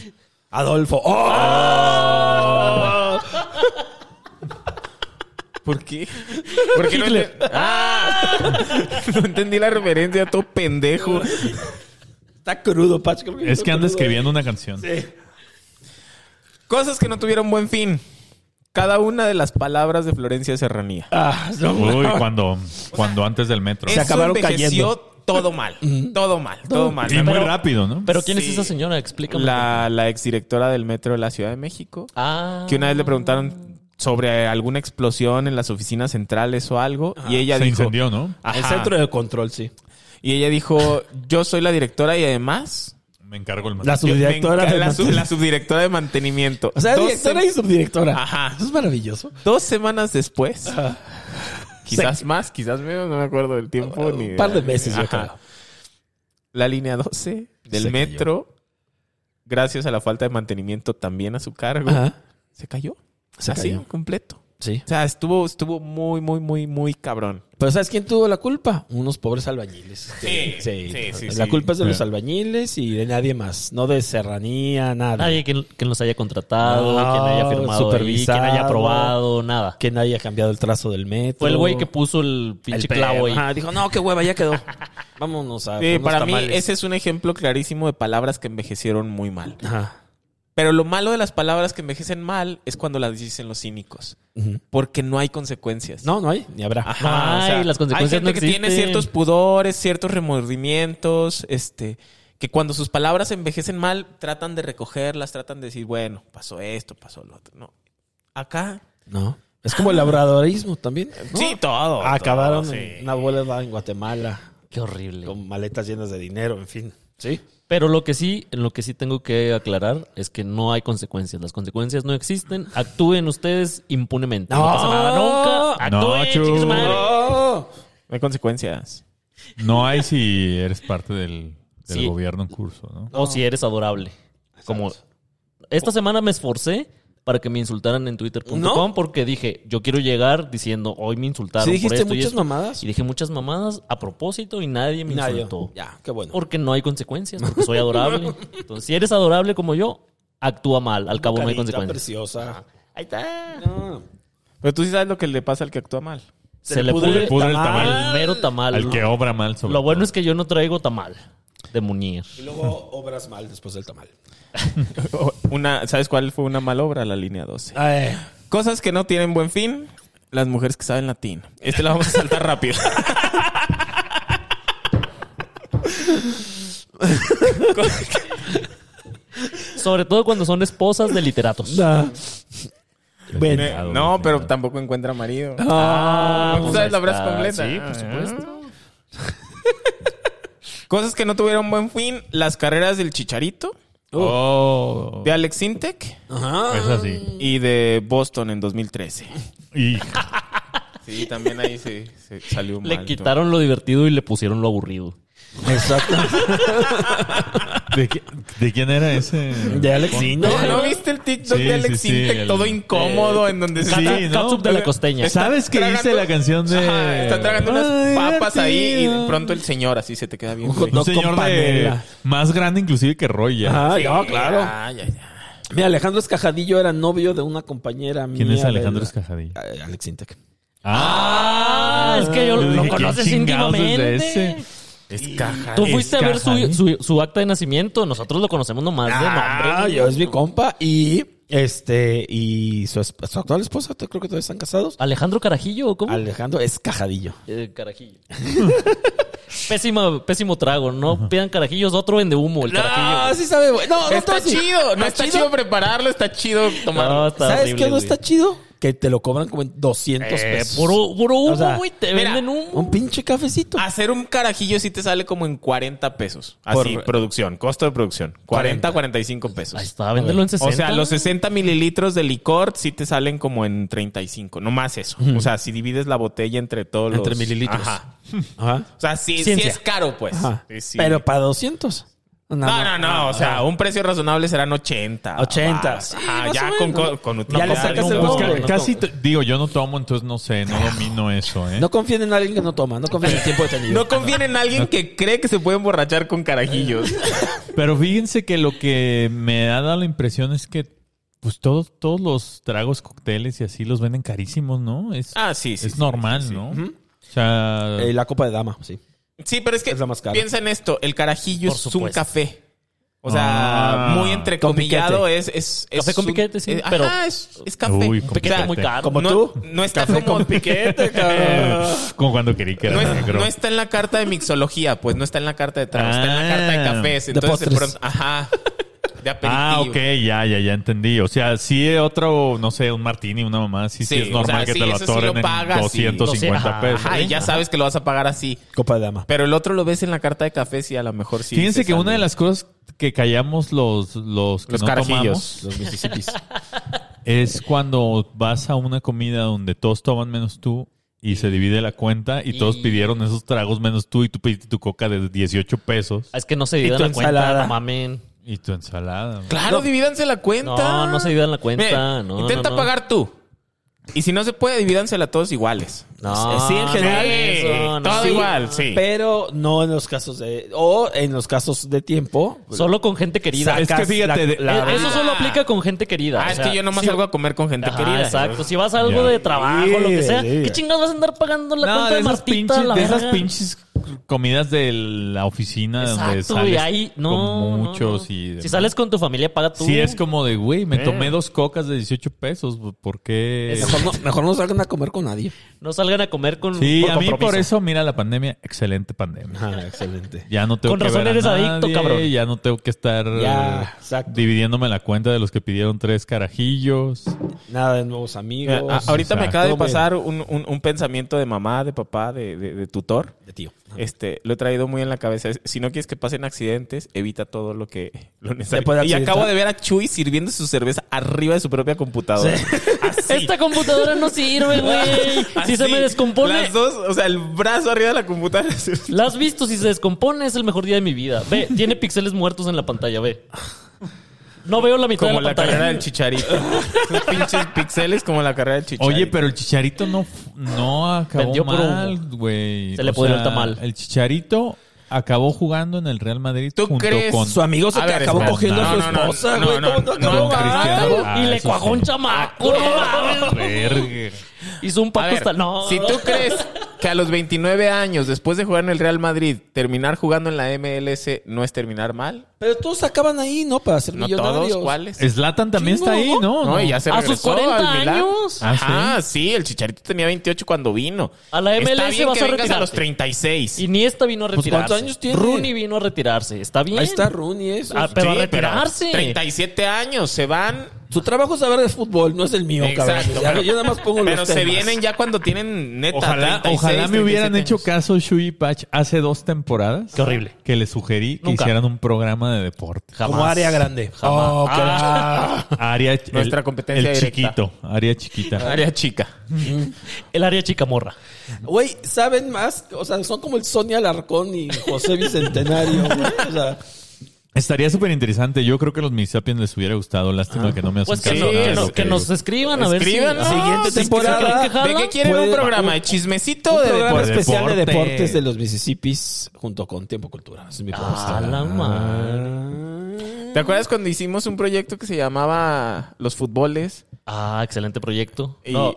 D: Adolfo. ¡Oh!
E: ¿Por qué? Porque no,
C: Hitler.
E: enten- No entendí la referencia, todo pendejo.
D: Está crudo, Pach. creo
A: Es
D: está
A: que anda
D: crudo.
A: escribiendo una canción.
E: Cosas que no tuvieron buen fin. Cada una de las palabras de Florencia Serranía.
D: Ah, no,
A: Uy, cuando, cuando antes del metro.
E: Eso
D: acabaron
E: envejeció todo mal. Todo mal, todo mal.
A: Y muy
C: Pero-
A: rápido, ¿no?
C: Pero ¿quién
E: Sí.
C: es esa señora? Explícame.
E: La, la exdirectora del metro de la Ciudad de México.
C: Ah.
E: que una vez le preguntaron sobre alguna explosión en las oficinas centrales o algo y ella
A: se
E: dijo
A: incendió, ¿no?
E: Ajá.
D: El centro de control, sí.
E: y ella dijo yo soy la directora y además
A: Me encargo el
D: La
A: metro.
E: Pues, yo- me
D: subdirectora.
E: encar-
D: de
E: la, sub-
D: manten-
E: la subdirectora de mantenimiento
D: O sea,
E: Dos
D: directora
E: sem-
D: y subdirectora.
E: Ajá.
D: Eso es maravilloso.
E: dos semanas después quizás más quizás menos no me acuerdo del tiempo ni
D: Un par de
E: idea.
D: veces, yo
E: Ajá.
D: creo.
E: la línea 12 del
D: Se cayó.
E: metro gracias a la falta de mantenimiento también a su cargo,
D: Ajá.
E: se cayó.
D: Se
E: Así,
D: cayó.
E: completo.
D: Sí.
E: O sea, estuvo, estuvo muy, muy, muy, muy cabrón.
D: Pero ¿sabes quién tuvo la culpa? Unos pobres albañiles.
E: Sí, sí, sí,
D: La
E: sí.
D: culpa es de los
A: Sí.
D: albañiles y de nadie más. No de serranía, nada.
C: Nadie quien, quien los haya contratado,
D: No,
C: quien haya firmado, ahí, quien haya
D: supervisado.
C: aprobado, nada.
D: Que nadie ha cambiado el trazo del metro.
C: Fue el güey que puso el pinche
D: perro.
C: clavo ahí.
D: Ajá, dijo, no, qué hueva, ya quedó. Vámonos a.
E: Sí,
D: unos
E: Eh, para mí
D: tamales".
E: ese es un ejemplo clarísimo de palabras que envejecieron muy mal.
D: Ajá.
E: Pero lo malo de las palabras que envejecen mal es cuando las dicen los cínicos,
D: Ujú.
E: porque no hay consecuencias.
D: No, no hay, ni habrá.
E: Ajá,
C: Ay, las consecuencias
E: hay gente
C: no
E: que tiene
C: existen.
E: ciertos pudores, ciertos remordimientos, este, que cuando sus palabras envejecen mal, tratan de recogerlas, tratan de decir, bueno, pasó esto, pasó lo otro. No. Acá.
D: No. Es como el labradorismo también. ¿no?
E: Sí, todo.
D: Acabaron
E: todo,
D: en
E: sí.
D: una bola en Guatemala
C: Qué horrible.
D: con maletas llenas de dinero, en fin. Sí.
C: Pero lo que sí, en lo que sí tengo que aclarar es que no hay consecuencias. Las consecuencias no existen. Actúen ustedes impunemente. No,
D: No.
C: pasa nada nunca. Actúen,
A: No,
C: chingue su madre. ¡Oh!
E: No hay consecuencias.
A: No hay si eres parte del, del
C: Sí.
A: gobierno en curso, ¿no?
C: O si eres adorable. Como esta semana me esforcé para que me insultaran en twitter.com
D: ¿No?
C: porque dije, yo quiero llegar diciendo, hoy me insultaron
D: ¿Sí
C: por
D: dijiste
C: esto y
D: muchas
C: esto".
D: mamadas?
C: Y dije muchas mamadas a propósito y nadie me
D: Nadie.
C: insultó.
D: Ya, qué bueno.
C: Porque no hay consecuencias, porque soy adorable. Entonces, si eres adorable como yo, actúa mal. Al cabo no hay
D: Carita
C: consecuencias.
D: preciosa.
C: Ahí está.
D: No.
E: Pero tú sí sabes lo que le pasa al que actúa mal.
C: Se, le pudre,
A: el pudre el tamal.
C: el mero tamal.
A: Al que obra mal sobre
C: Lo bueno es que yo no traigo tamal de Munir.
D: Y luego obras mal después del tamal.
E: Una, ¿Sabes cuál fue una mala obra? La línea 12. Cosas que no tienen buen fin. Las mujeres que saben latín. Este la vamos a saltar rápido.
C: Sobre todo cuando son esposas de literatos. Ah, pues
A: todo.
E: Me- no, pero tampoco encuentra marido.
C: Ah,
E: ¿Tú
C: pues
E: sabes la
C: ahí
E: frase
C: está.
E: completa?
C: Sí, por supuesto.
E: Cosas que no tuvieron buen fin. Las carreras del Chicharito,
A: Oh.
E: de Alex Intec
D: Ajá.
A: Es así.
E: y de Boston en 2013.
A: Y
E: Sí, también ahí se, se salió mal.
C: Le quitaron lo divertido y le pusieron lo aburrido.
D: Exacto.
A: ¿de, qui- de quién era ese?
D: De Alex
E: ¿No,
D: Sintek.
E: ¿no viste el TikTok
A: Sí,
E: de Alex
A: sí, sí,
E: Intec
A: el-
E: todo incómodo en donde se
A: Sí, ¿no?
E: está-
A: eh,
C: Catsup de la costeña.
E: Está
A: ¿Sabes que
E: tragando-
A: dice la canción de-
E: Ajá, está tragando
A: Ay,
E: unas papas ahí y
A: divertido.
E: de pronto el señor así se te queda bien. güey.
D: hot dog.
A: Un
D: con
A: señor de
D: panela.
A: más grande inclusive que Roy ya.
D: Ajá, no, claro.
E: Ay, ay, ay.
D: Mira, Alejandro Escajadillo era novio de una compañera mía.
A: ¿Quién es
D: de
A: Alejandro
D: la-
A: Escajadillo?
D: Ah, Alex Intec.
C: Ah, es que yo
A: Yo dije,
C: lo
A: ¿quién
C: conoces
A: chingados es
C: íntimamente.
A: ese?
E: Es caja.
C: Tú fuiste a ver su,
A: Escaja, ¿eh?
C: su- su acta de nacimiento. Nosotros lo conocemos nomás de nombre.
D: Ah, yo es mi compa y este y su, esp- su actual esposa, te- creo que todavía están casados.
C: Alejandro Carajillo, ¿o ¿cómo?
D: Alejandro Escajadillo.
C: Eh, carajillo. Pésimo, pésimo trago, ¿no? Pidan carajillos, otro vende humo, el carajillo.
D: sí sabe. güey. No, no
E: Está
D: todo sí.
E: chido, no está chido prepararlo, está chido tomarlo.
C: está
D: ¿Sabes
C: horrible,
D: qué no
C: güey.
D: está chido? Que te lo cobran como en 200
E: Eh,
D: pesos.
C: Puro, puro
D: O
C: humo,
D: sea,
C: güey. te
E: mira,
C: venden humo.
D: Un pinche cafecito.
E: Hacer un carajillo sí te sale como en 40 pesos. Así,
D: Por-
E: producción, costo de producción. 40, 45
C: Ahí
E: pesos.
C: está, véndelo en 60.
E: Pues, O sea, los 60 mililitros de licor sí te salen como en 35, no más eso. O sea, si divides la botella entre todos
D: Entre
E: los...
D: mililitros.
E: Ajá.
D: Ajá.
E: O sea, sí, sí
D: Ciencia.
E: es caro, pues.
D: Ajá.
E: Sí, sí.
D: Pero para 200.
E: No, no, no. O sea, un precio razonable serán 80.
D: 80.
E: Ajá,
D: Sí, más
E: ya
D: o
E: con,
D: menos.
E: con, con
D: Ya le
E: utilidades.
D: sacas
A: Pues
D: el
A: ca-
D: nombre.
A: casi te- digo, yo no tomo, entonces no sé, no domino eso, ¿eh?
D: No confíen en alguien que no toma. No confíen en el tiempo detenido.
E: No confíen en alguien que cree que se puede emborrachar con carajillos.
A: Pero fíjense que lo que me ha dado la impresión es que pues todos, todos los tragos, cócteles y así los venden carísimos, ¿no? Es,
E: Ah, sí, sí.
A: es
E: sí,
A: normal,
E: sí, sí.
A: ¿no? O sea,
D: Eh, la copa de dama, sí.
E: Sí, pero es que
D: Es la más cara.
E: piensa en esto, el carajillo
C: Por
E: es un
C: supuesto.
E: café. O sea,
A: Ah.
E: muy entrecomillado
D: Con
E: es, es, es
C: Café con
E: un-
C: piquete, sí,
E: eh, ajá,
C: pero-
E: es, es café.
A: Uy,
E: O
A: con
C: Piquete
E: sea,
C: muy caro.
D: Como
E: no,
D: tú.
E: No está como
D: piquete,
A: eh, como cuando quería que era
E: No, es-
A: negro.
E: no está en la carta de mixología, pues no está en la carta de tragos, está en la carta de
A: Ah.
E: cafés.
D: De
E: Entonces, de
D: postres.
E: pronto, ajá, de aperitivo.
A: Ah, ok, ya, ya, ya entendí. O sea, sí otro, no sé, un martini, una mamá, sí, sí,
E: Sí,
A: es normal
E: o sea,
A: que
E: sí,
A: te lo
E: eso sí
A: atoren
E: lo pagas
A: en
E: y-
A: 250
C: ajá,
A: pesos. ¿eh?
E: Ajá, y ya sabes que lo vas a pagar así.
D: Copa de dama.
E: Pero el otro lo ves en la carta de cafés y a lo mejor sí.
A: Fíjense
E: se
A: que una
E: sale.
A: de las cosas que callamos los, los que
E: Los
A: no
E: carajillos.
A: tomamos
D: Los Mississippis.
A: es cuando vas a una comida donde todos toman menos tú y se divide la cuenta y, todos
C: Y-
A: pidieron esos tragos menos tú y tú pediste tu coca de 18 pesos.
C: Ah, Es que no se
D: Y
C: dieron
D: tu
C: la cuenta,
D: ensalada.
C: no mamen.
A: Y tu ensalada.
E: Claro, divídanse la cuenta.
C: No, no se dividan la cuenta.
E: Mira,
C: no,
E: intenta
C: no, no.
E: pagar tú. Y si no se puede, divídansela todos iguales.
C: No,
D: sí, en general.
C: no, eso, no.
E: todo
C: Sí,
E: igual, sí.
D: Pero no en los casos de. O en los casos de tiempo.
C: Solo con gente querida.
D: Sacas
E: Es que fíjate, de-
D: la- la-
C: Eh, Eso solo aplica con gente querida.
E: Ah,
C: o
E: es
C: sea,
E: que yo nomás
C: sí.
E: salgo a comer con gente
C: Ajá,
E: querida.
C: exacto. Si vas a algo de trabajo,
D: Sí,
C: lo que sea,
D: sí.
C: ¿qué chingados vas a andar pagando la
A: No,
C: cuenta
A: de
C: de
A: esas,
C: Martita?
A: pinches,
C: la
A: de esas
C: verga?
A: pinches comidas de la oficina donde
C: Exacto,
A: sales
C: y ahí no. no,
A: con
C: no.
A: muchos y demás.
C: Si sales con tu familia, paga tú.
A: Sí, es como de, güey, me
E: Eh.
A: tomé dos cocas de 18 pesos, ¿por qué?
D: Mejor no, mejor no salgan a comer con nadie.
C: No salgan a comer con.
A: Sí, a mí por
C: compromiso.
A: eso, mira, la pandemia, excelente pandemia.
D: Ah, excelente.
A: Ya no tengo
C: Con
A: que
C: razón
A: ver a
C: eres adicto,
A: nadie,
C: cabrón.
A: Ya no tengo que estar
D: Ya,
A: eh,
D: exacto.
A: dividiéndome la cuenta de los que pidieron tres carajillos.
D: Nada de nuevos
E: Mira,
D: amigos.
E: a- Ah, ahorita me
A: exacto.
E: acaba de
D: Todo bien.
E: pasar un, un- un pensamiento de mamá, de papá, de, de- de tutor.
D: De tío.
E: Este, lo he traído muy en la cabeza. Es, Si no quieres que pasen accidentes, evita todo lo que lo necesario.
D: puede
E: Y
D: accidentar.
E: acabo de ver a Chuy sirviendo su cerveza arriba de su propia computadora. Así.
C: Esta computadora no sirve, güey. Si se
E: Así.
C: me descompone.
E: Las dos, o sea, el brazo arriba de la computadora.
C: La has visto, si se descompone es el mejor día de mi vida. Ve, tiene píxeles muertos en la pantalla, ve. No veo la mitad
E: Como
C: de la,
E: la
C: pantalla.
E: carrera del chicharito. Los pinches pixeles como la carrera del chicharito.
A: Oye, pero el chicharito no, f- no acabó
C: Vendió puro
A: mal, güey.
C: Se le
A: O
C: pudrió el
A: sea,
C: tamal.
A: El chicharito acabó jugando en el Real Madrid
E: ¿Tú
A: junto
E: crees
A: con
D: Su amigo se
E: A
D: te
E: ver,
D: acabó
A: espera,
D: cogiendo a
A: no,
D: su
E: no, no,
D: esposa,
E: no,
D: güey.
E: no,
D: ¿Cómo te
E: no,
D: acabó
A: no,
D: agarrando?
A: Cristiano.
C: y
A: Ah,
C: le
A: eso
C: cuajó
A: sí.
C: un chamaco. no mames.
A: Verga.
C: Hizo un
E: A
C: paco
E: ver,
C: hasta... Pues, No.
E: Si tú crees que a los 29 años, después de jugar en el Real Madrid, terminar jugando en la MLS no es terminar mal,
D: Pero todos acaban ahí, ¿no? Para ser
E: no
D: millonarios.
E: todos, ¿cuáles?
A: Zlatan también está ahí, ¿no?
E: No, y ya se
C: A
E: regresó
C: sus 40
E: al Milán.
C: años.
A: Ah, ¿sí?
E: Ajá, sí, el Chicharito tenía 28 cuando vino.
C: A la
E: Está
C: MLS
E: bien
C: vas
E: que
C: a
E: vengas a los
C: retirarte.
E: 36.
C: Iniesta vino a
D: Pues,
C: retirarse.
D: ¿cuántos años tiene?
C: Rooney vino a retirarse. Está bien.
D: Ahí está Rooney, ¿eh? eso.
C: Ah, pero
E: Sí,
C: a retirarse.
E: 37 años, se van.
D: Su trabajo es saber de fútbol, no es el mío,
E: Exacto.
D: cabrón. Ya, yo nada más pongo
E: Pero
D: los
E: se
D: temas.
E: vienen ya cuando tienen neta.
A: Ojalá,
E: 36,
A: ojalá me hubieran
E: 37
A: hecho
E: años.
A: caso Shui y Patch hace dos temporadas.
C: Qué horrible.
A: Que le sugerí que
C: Nunca.
A: hicieran un programa de deporte.
C: Jamás.
D: Como área grande.
C: Jamás.
D: Oh, qué
C: Ah,
A: Área, el-
E: Nuestra competencia
A: El
E: directa.
A: chiquito, área chiquita.
E: Área chica.
C: El área chica morra.
D: Güey, saben más, o sea, son como el Sonia Alarcón y José Bicentenario, güey. O sea,
A: Estaría súper interesante. Yo creo que a los Misapiens les hubiera gustado. Lástima que no me hacen
C: Pues que,
A: caso.
C: no-
A: nada
C: que
A: de
C: no-
A: lo
C: que
A: que
C: nos
A: digo.
C: escriban a ver si...
E: Escriban,
C: Ah,
D: siguiente
E: si- si-
D: temporada.
E: ¿De qué quieren
D: Puede-
E: un programa? ¿De chismecito
D: un
E: o de
D: programa
E: deporte? Ah,
D: especial de
A: Deporte.
D: deportes de los Mississippis junto con Tiempo Cultura. Esa es mi propuesta.
C: A la madre.
E: ¿Te acuerdas cuando hicimos un proyecto que se llamaba Los Futboles?
C: Ah, excelente proyecto.
E: Y-
C: No,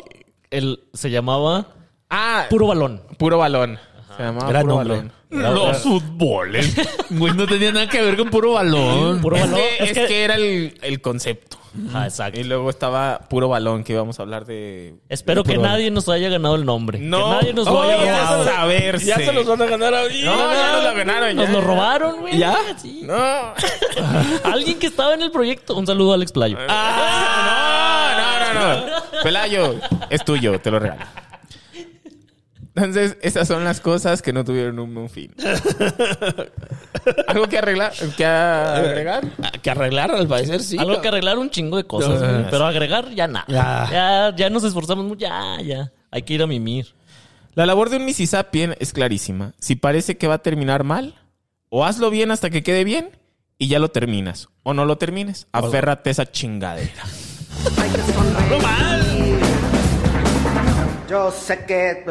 C: él se llamaba
E: Ah,
C: Puro
E: puro,
C: Balón.
E: balón. Se llamaba
D: Gran
E: Puro
D: nombre.
E: Balón.
A: Los fútboles. Güey, no tenía nada que ver con puro balón.
C: Puro
E: es,
C: Balón.
E: que, es que era el, el concepto.
C: Ah, exacto.
E: Y luego estaba Puro Balón, que íbamos a hablar de...
C: Espero que
E: Puro Balón.
C: nadie nos haya ganado el nombre.
E: No.
C: Que nadie nos lo
E: Oh,
C: haya
E: ya
C: robado.
E: saberse.
D: Ya se los van a ganar ahorita.
E: No, ya nos lo ganaron.
C: Nos
E: ya.
C: lo robaron, güey.
D: ¿Ya?
C: Sí.
E: No.
C: Alguien que estaba en el proyecto. Un saludo a Alex Playo.
E: Ah, no, no, no, no. Pelayo, es tuyo, te lo regalo. Entonces, esas son las cosas que no tuvieron un buen fin. ¿Algo que arreglar? ¿Que agregar?
D: Que arreglar, al parecer, sí.
C: Ah, Algo que arreglar un chingo de cosas.
D: No.
C: güey. Pero agregar ya nada.
D: Ya.
C: Ya, ya nos esforzamos mucho. Ya, ya. Hay que ir a mimir.
E: La labor de un misisapien es clarísima. Si parece que va a terminar mal, o hazlo bien hasta que quede bien y ya lo terminas. O no lo termines. Aférrate a esa chingadera.
F: Hay que sonreír. Yo sé que...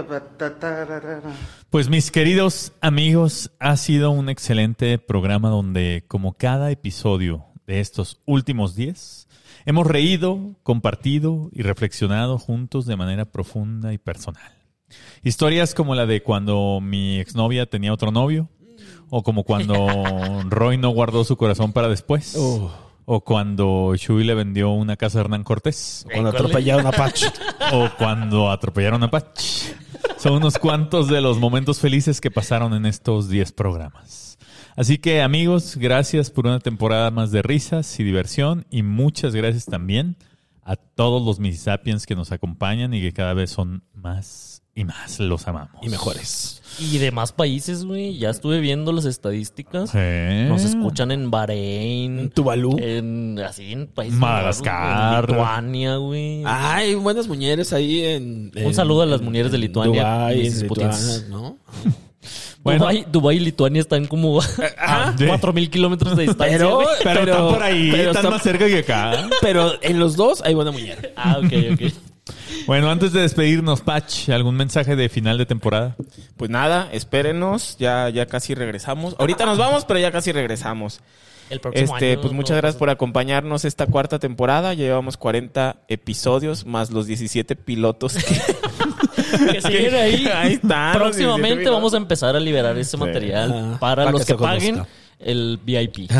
A: Pues mis queridos amigos, ha sido un excelente programa donde, como cada episodio de estos últimos 10, hemos reído, compartido y reflexionado juntos de manera profunda y personal. Historias como la de cuando mi exnovia tenía otro novio, o como cuando Roy no guardó su corazón para después,
D: Oh.
A: o cuando Shui le vendió una casa a Hernán Cortés,
D: Cuando atropellaron a Pacho.
A: o cuando atropellaron a Patch. Son unos cuantos de los momentos felices que pasaron en estos 10 programas. Así que amigos, gracias por una temporada más de risas y diversión y muchas gracias también a todos los Mississippians que nos acompañan y que cada vez son más y más. Los amamos.
D: Y mejores.
C: Y demás países, güey. Ya estuve viendo las estadísticas.
A: Eh. Sí.
C: Nos escuchan en Bahrein.
E: Eh,
D: Tuvalu.
C: En, así en países.
A: Madagascar.
C: En Lituania,
D: Ah,
C: güey.
D: Hay buenas mujeres ahí en.
C: Un saludo a las mujeres de Lituania,
D: Dubái,
C: mis
D: en
C: Putins.
D: Lituania, ¿no?
A: Bueno.
C: Dubái, Dubái y Lituania están como a
A: Ah, sí.
C: 4.000 kilómetros de distancia. güey.
A: Pero, están por ahí,
D: pero
A: están
D: está-
A: más cerca que acá.
D: Pero en los dos hay buena muñeca.
C: Ah, ok, ok.
A: Bueno, antes de despedirnos, Patch, ¿algún mensaje de final de temporada?
E: Pues nada, espérenos, ya, ya casi regresamos. Ahorita nos vamos, pero ya casi regresamos.
C: El próximo
E: Este,
C: año,
E: pues muchas
C: no,
E: gracias por acompañarnos esta cuarta temporada. Ya llevamos 40 episodios más los 17 pilotos que
C: Que siguen ahí.
E: Ahí está, los 17
C: Próximamente
E: minutos.
C: vamos a empezar a liberar ese material
D: Ajá.
C: para
D: Para
C: los
D: que
C: que
D: se conozca.
C: paguen el VIP.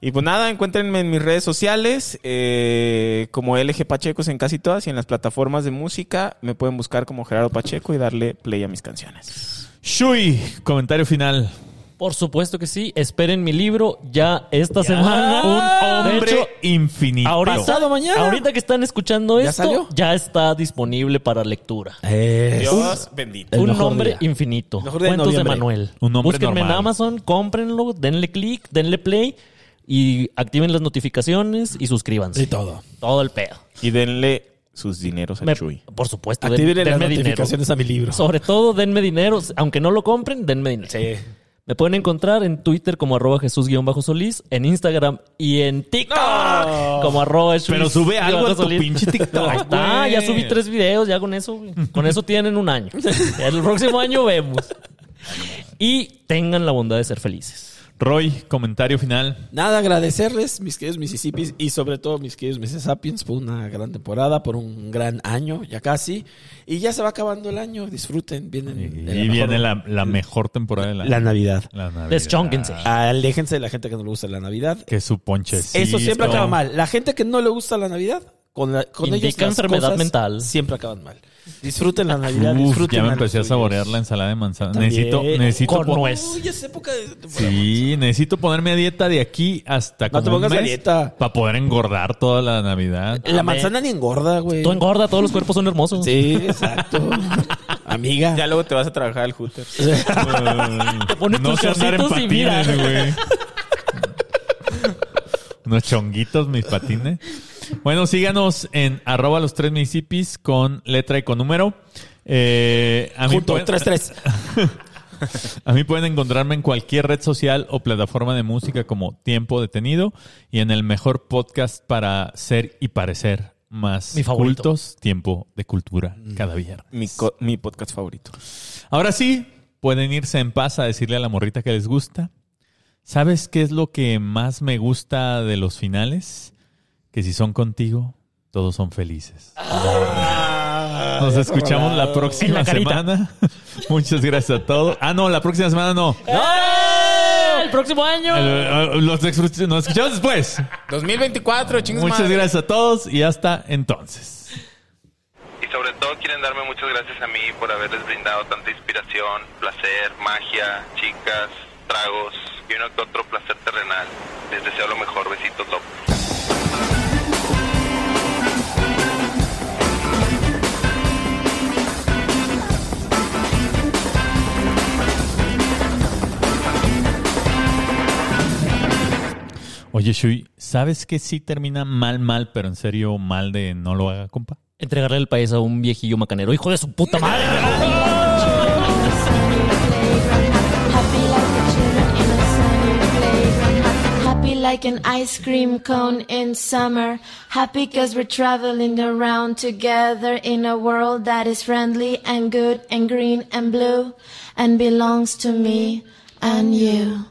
E: Y pues nada, encuéntrenme en mis redes sociales eh, como LG Pachecos en casi todas y en las plataformas de música me pueden buscar como Gerardo Pacheco y darle play a mis canciones.
A: Shui, comentario final.
C: Por supuesto que sí. Esperen mi libro ya esta semana.
A: Un
C: De
A: hombre
C: hecho,
A: infinito.
C: ahorita, ahorita que están escuchando
D: ¿Ya
C: esto,
D: salió?
C: ya está disponible para lectura.
D: Eh,
E: Dios bendito.
D: El
C: un
D: mejor
C: nombre
D: día.
C: infinito.
D: Mejor día de
C: Cuentos de
D: noviembre.
C: Manuel.
A: Un nombre
C: Búsquenme
A: normal.
C: en Amazon, cómprenlo, denle click, denle play y activen las notificaciones y suscríbanse.
D: Y todo.
C: Todo el pedo.
E: Y denle sus dineros a
C: Me-
E: Chuy.
C: por supuesto, den-
D: Activen las
C: denme dinero.
D: notificaciones a mi libro.
C: Sobre todo, denme dinero. Aunque no lo compren, denme dinero.
D: Eh,
C: Me pueden encontrar en Twitter como arroba Jesús-Solís, en Instagram y en TikTok como arroba Jesús-
A: Pero sube algo a tu
C: Solís.
A: pinche TikTok,
C: Ahí está,
A: güey.
C: ya subí tres videos, ya con eso, güey. con eso tienen un año. El próximo año vemos. Y tengan la bondad de ser felices.
A: Roy, comentario final.
D: Nada, agradecerles, mis queridos Mississippis y sobre todo mis queridos Mississippians, por una gran temporada, por un gran año, ya casi. Y ya se va acabando el año, disfruten, vienen. de
A: y
D: la
A: viene
D: mejor-
A: la, la mejor temporada de la,
D: la Navidad.
A: la Navidad.
C: Deschónquense.
D: Aléjense de la gente que no le gusta la Navidad.
A: Que su ponchecito.
D: Eso siempre acaba mal. La gente que no le gusta la Navidad, con, la, con ellos
C: Indica
D: las
C: enfermedad
D: cosas
C: mental.
D: Siempre acaban mal. Disfruten la Navidad,
A: Uf,
D: disfruten
A: ya me
D: a los
A: empecé a
D: suyos.
A: saborear la ensalada de manzana.
D: También.
A: Necesito, necesito
C: Con
A: po-
C: nuez.
D: Uy, es época de...
A: Sí, necesito ponerme a dieta de aquí hasta
D: No te pongas a dieta.
A: para poder engordar toda la Navidad.
D: La manzana ni engorda, güey.
C: Tú engorda, todos los cuerpos son hermosos.
D: Sí, exacto. Amiga.
E: Ya luego te vas a trabajar al Hooter.
A: Te
C: pones tus shortcitos y mira.
A: güey. Unos chonguitos, mis patines. Bueno, síganos en arroba los tres municipios con letra y con número. Eh, a, mí
D: Junto,
A: pueden-
D: 3-3.
A: a mí pueden encontrarme en cualquier red social o plataforma de música como Tiempo Detenido y en el mejor podcast para ser y parecer más
C: Mi favorito. Mm.
A: cultos, Tiempo de Cultura, cada viernes.
E: Mi, co- mi podcast favorito.
A: Ahora sí, pueden irse en paz a decirle a la morrita que les gusta. ¿Sabes qué es lo que más me gusta de los finales? Que si son contigo, todos son felices. Nos escuchamos la
C: Ah. En
A: próxima
C: la carita.
A: semana. Muchas gracias a todos. Ah, no, la próxima semana no.
C: ¡Ah! El próximo año.
A: Eh, eh, Los escuch- nos escuchamos después.
E: 2024, chingues
A: Muchas
E: madre.
A: gracias a todos y hasta entonces.
B: Y sobre todo quieren darme muchas gracias a mí por haberles brindado tanta inspiración, placer, magia, chicas, tragos y uno que otro placer terrenal. Les deseo lo mejor. Besitos, López.
A: Oye, Shui, ¿sabes que sí termina mal, mal, pero en serio mal de no lo haga, compa?
C: Entregarle el país a un viejillo macanero. ¡Hijo de su puta madre!
G: Happy like the children in the sunny playground. Happy like an ice cream cone in summer. Happy cause we're traveling around together in a world that is friendly and good and green and blue and belongs to me and you.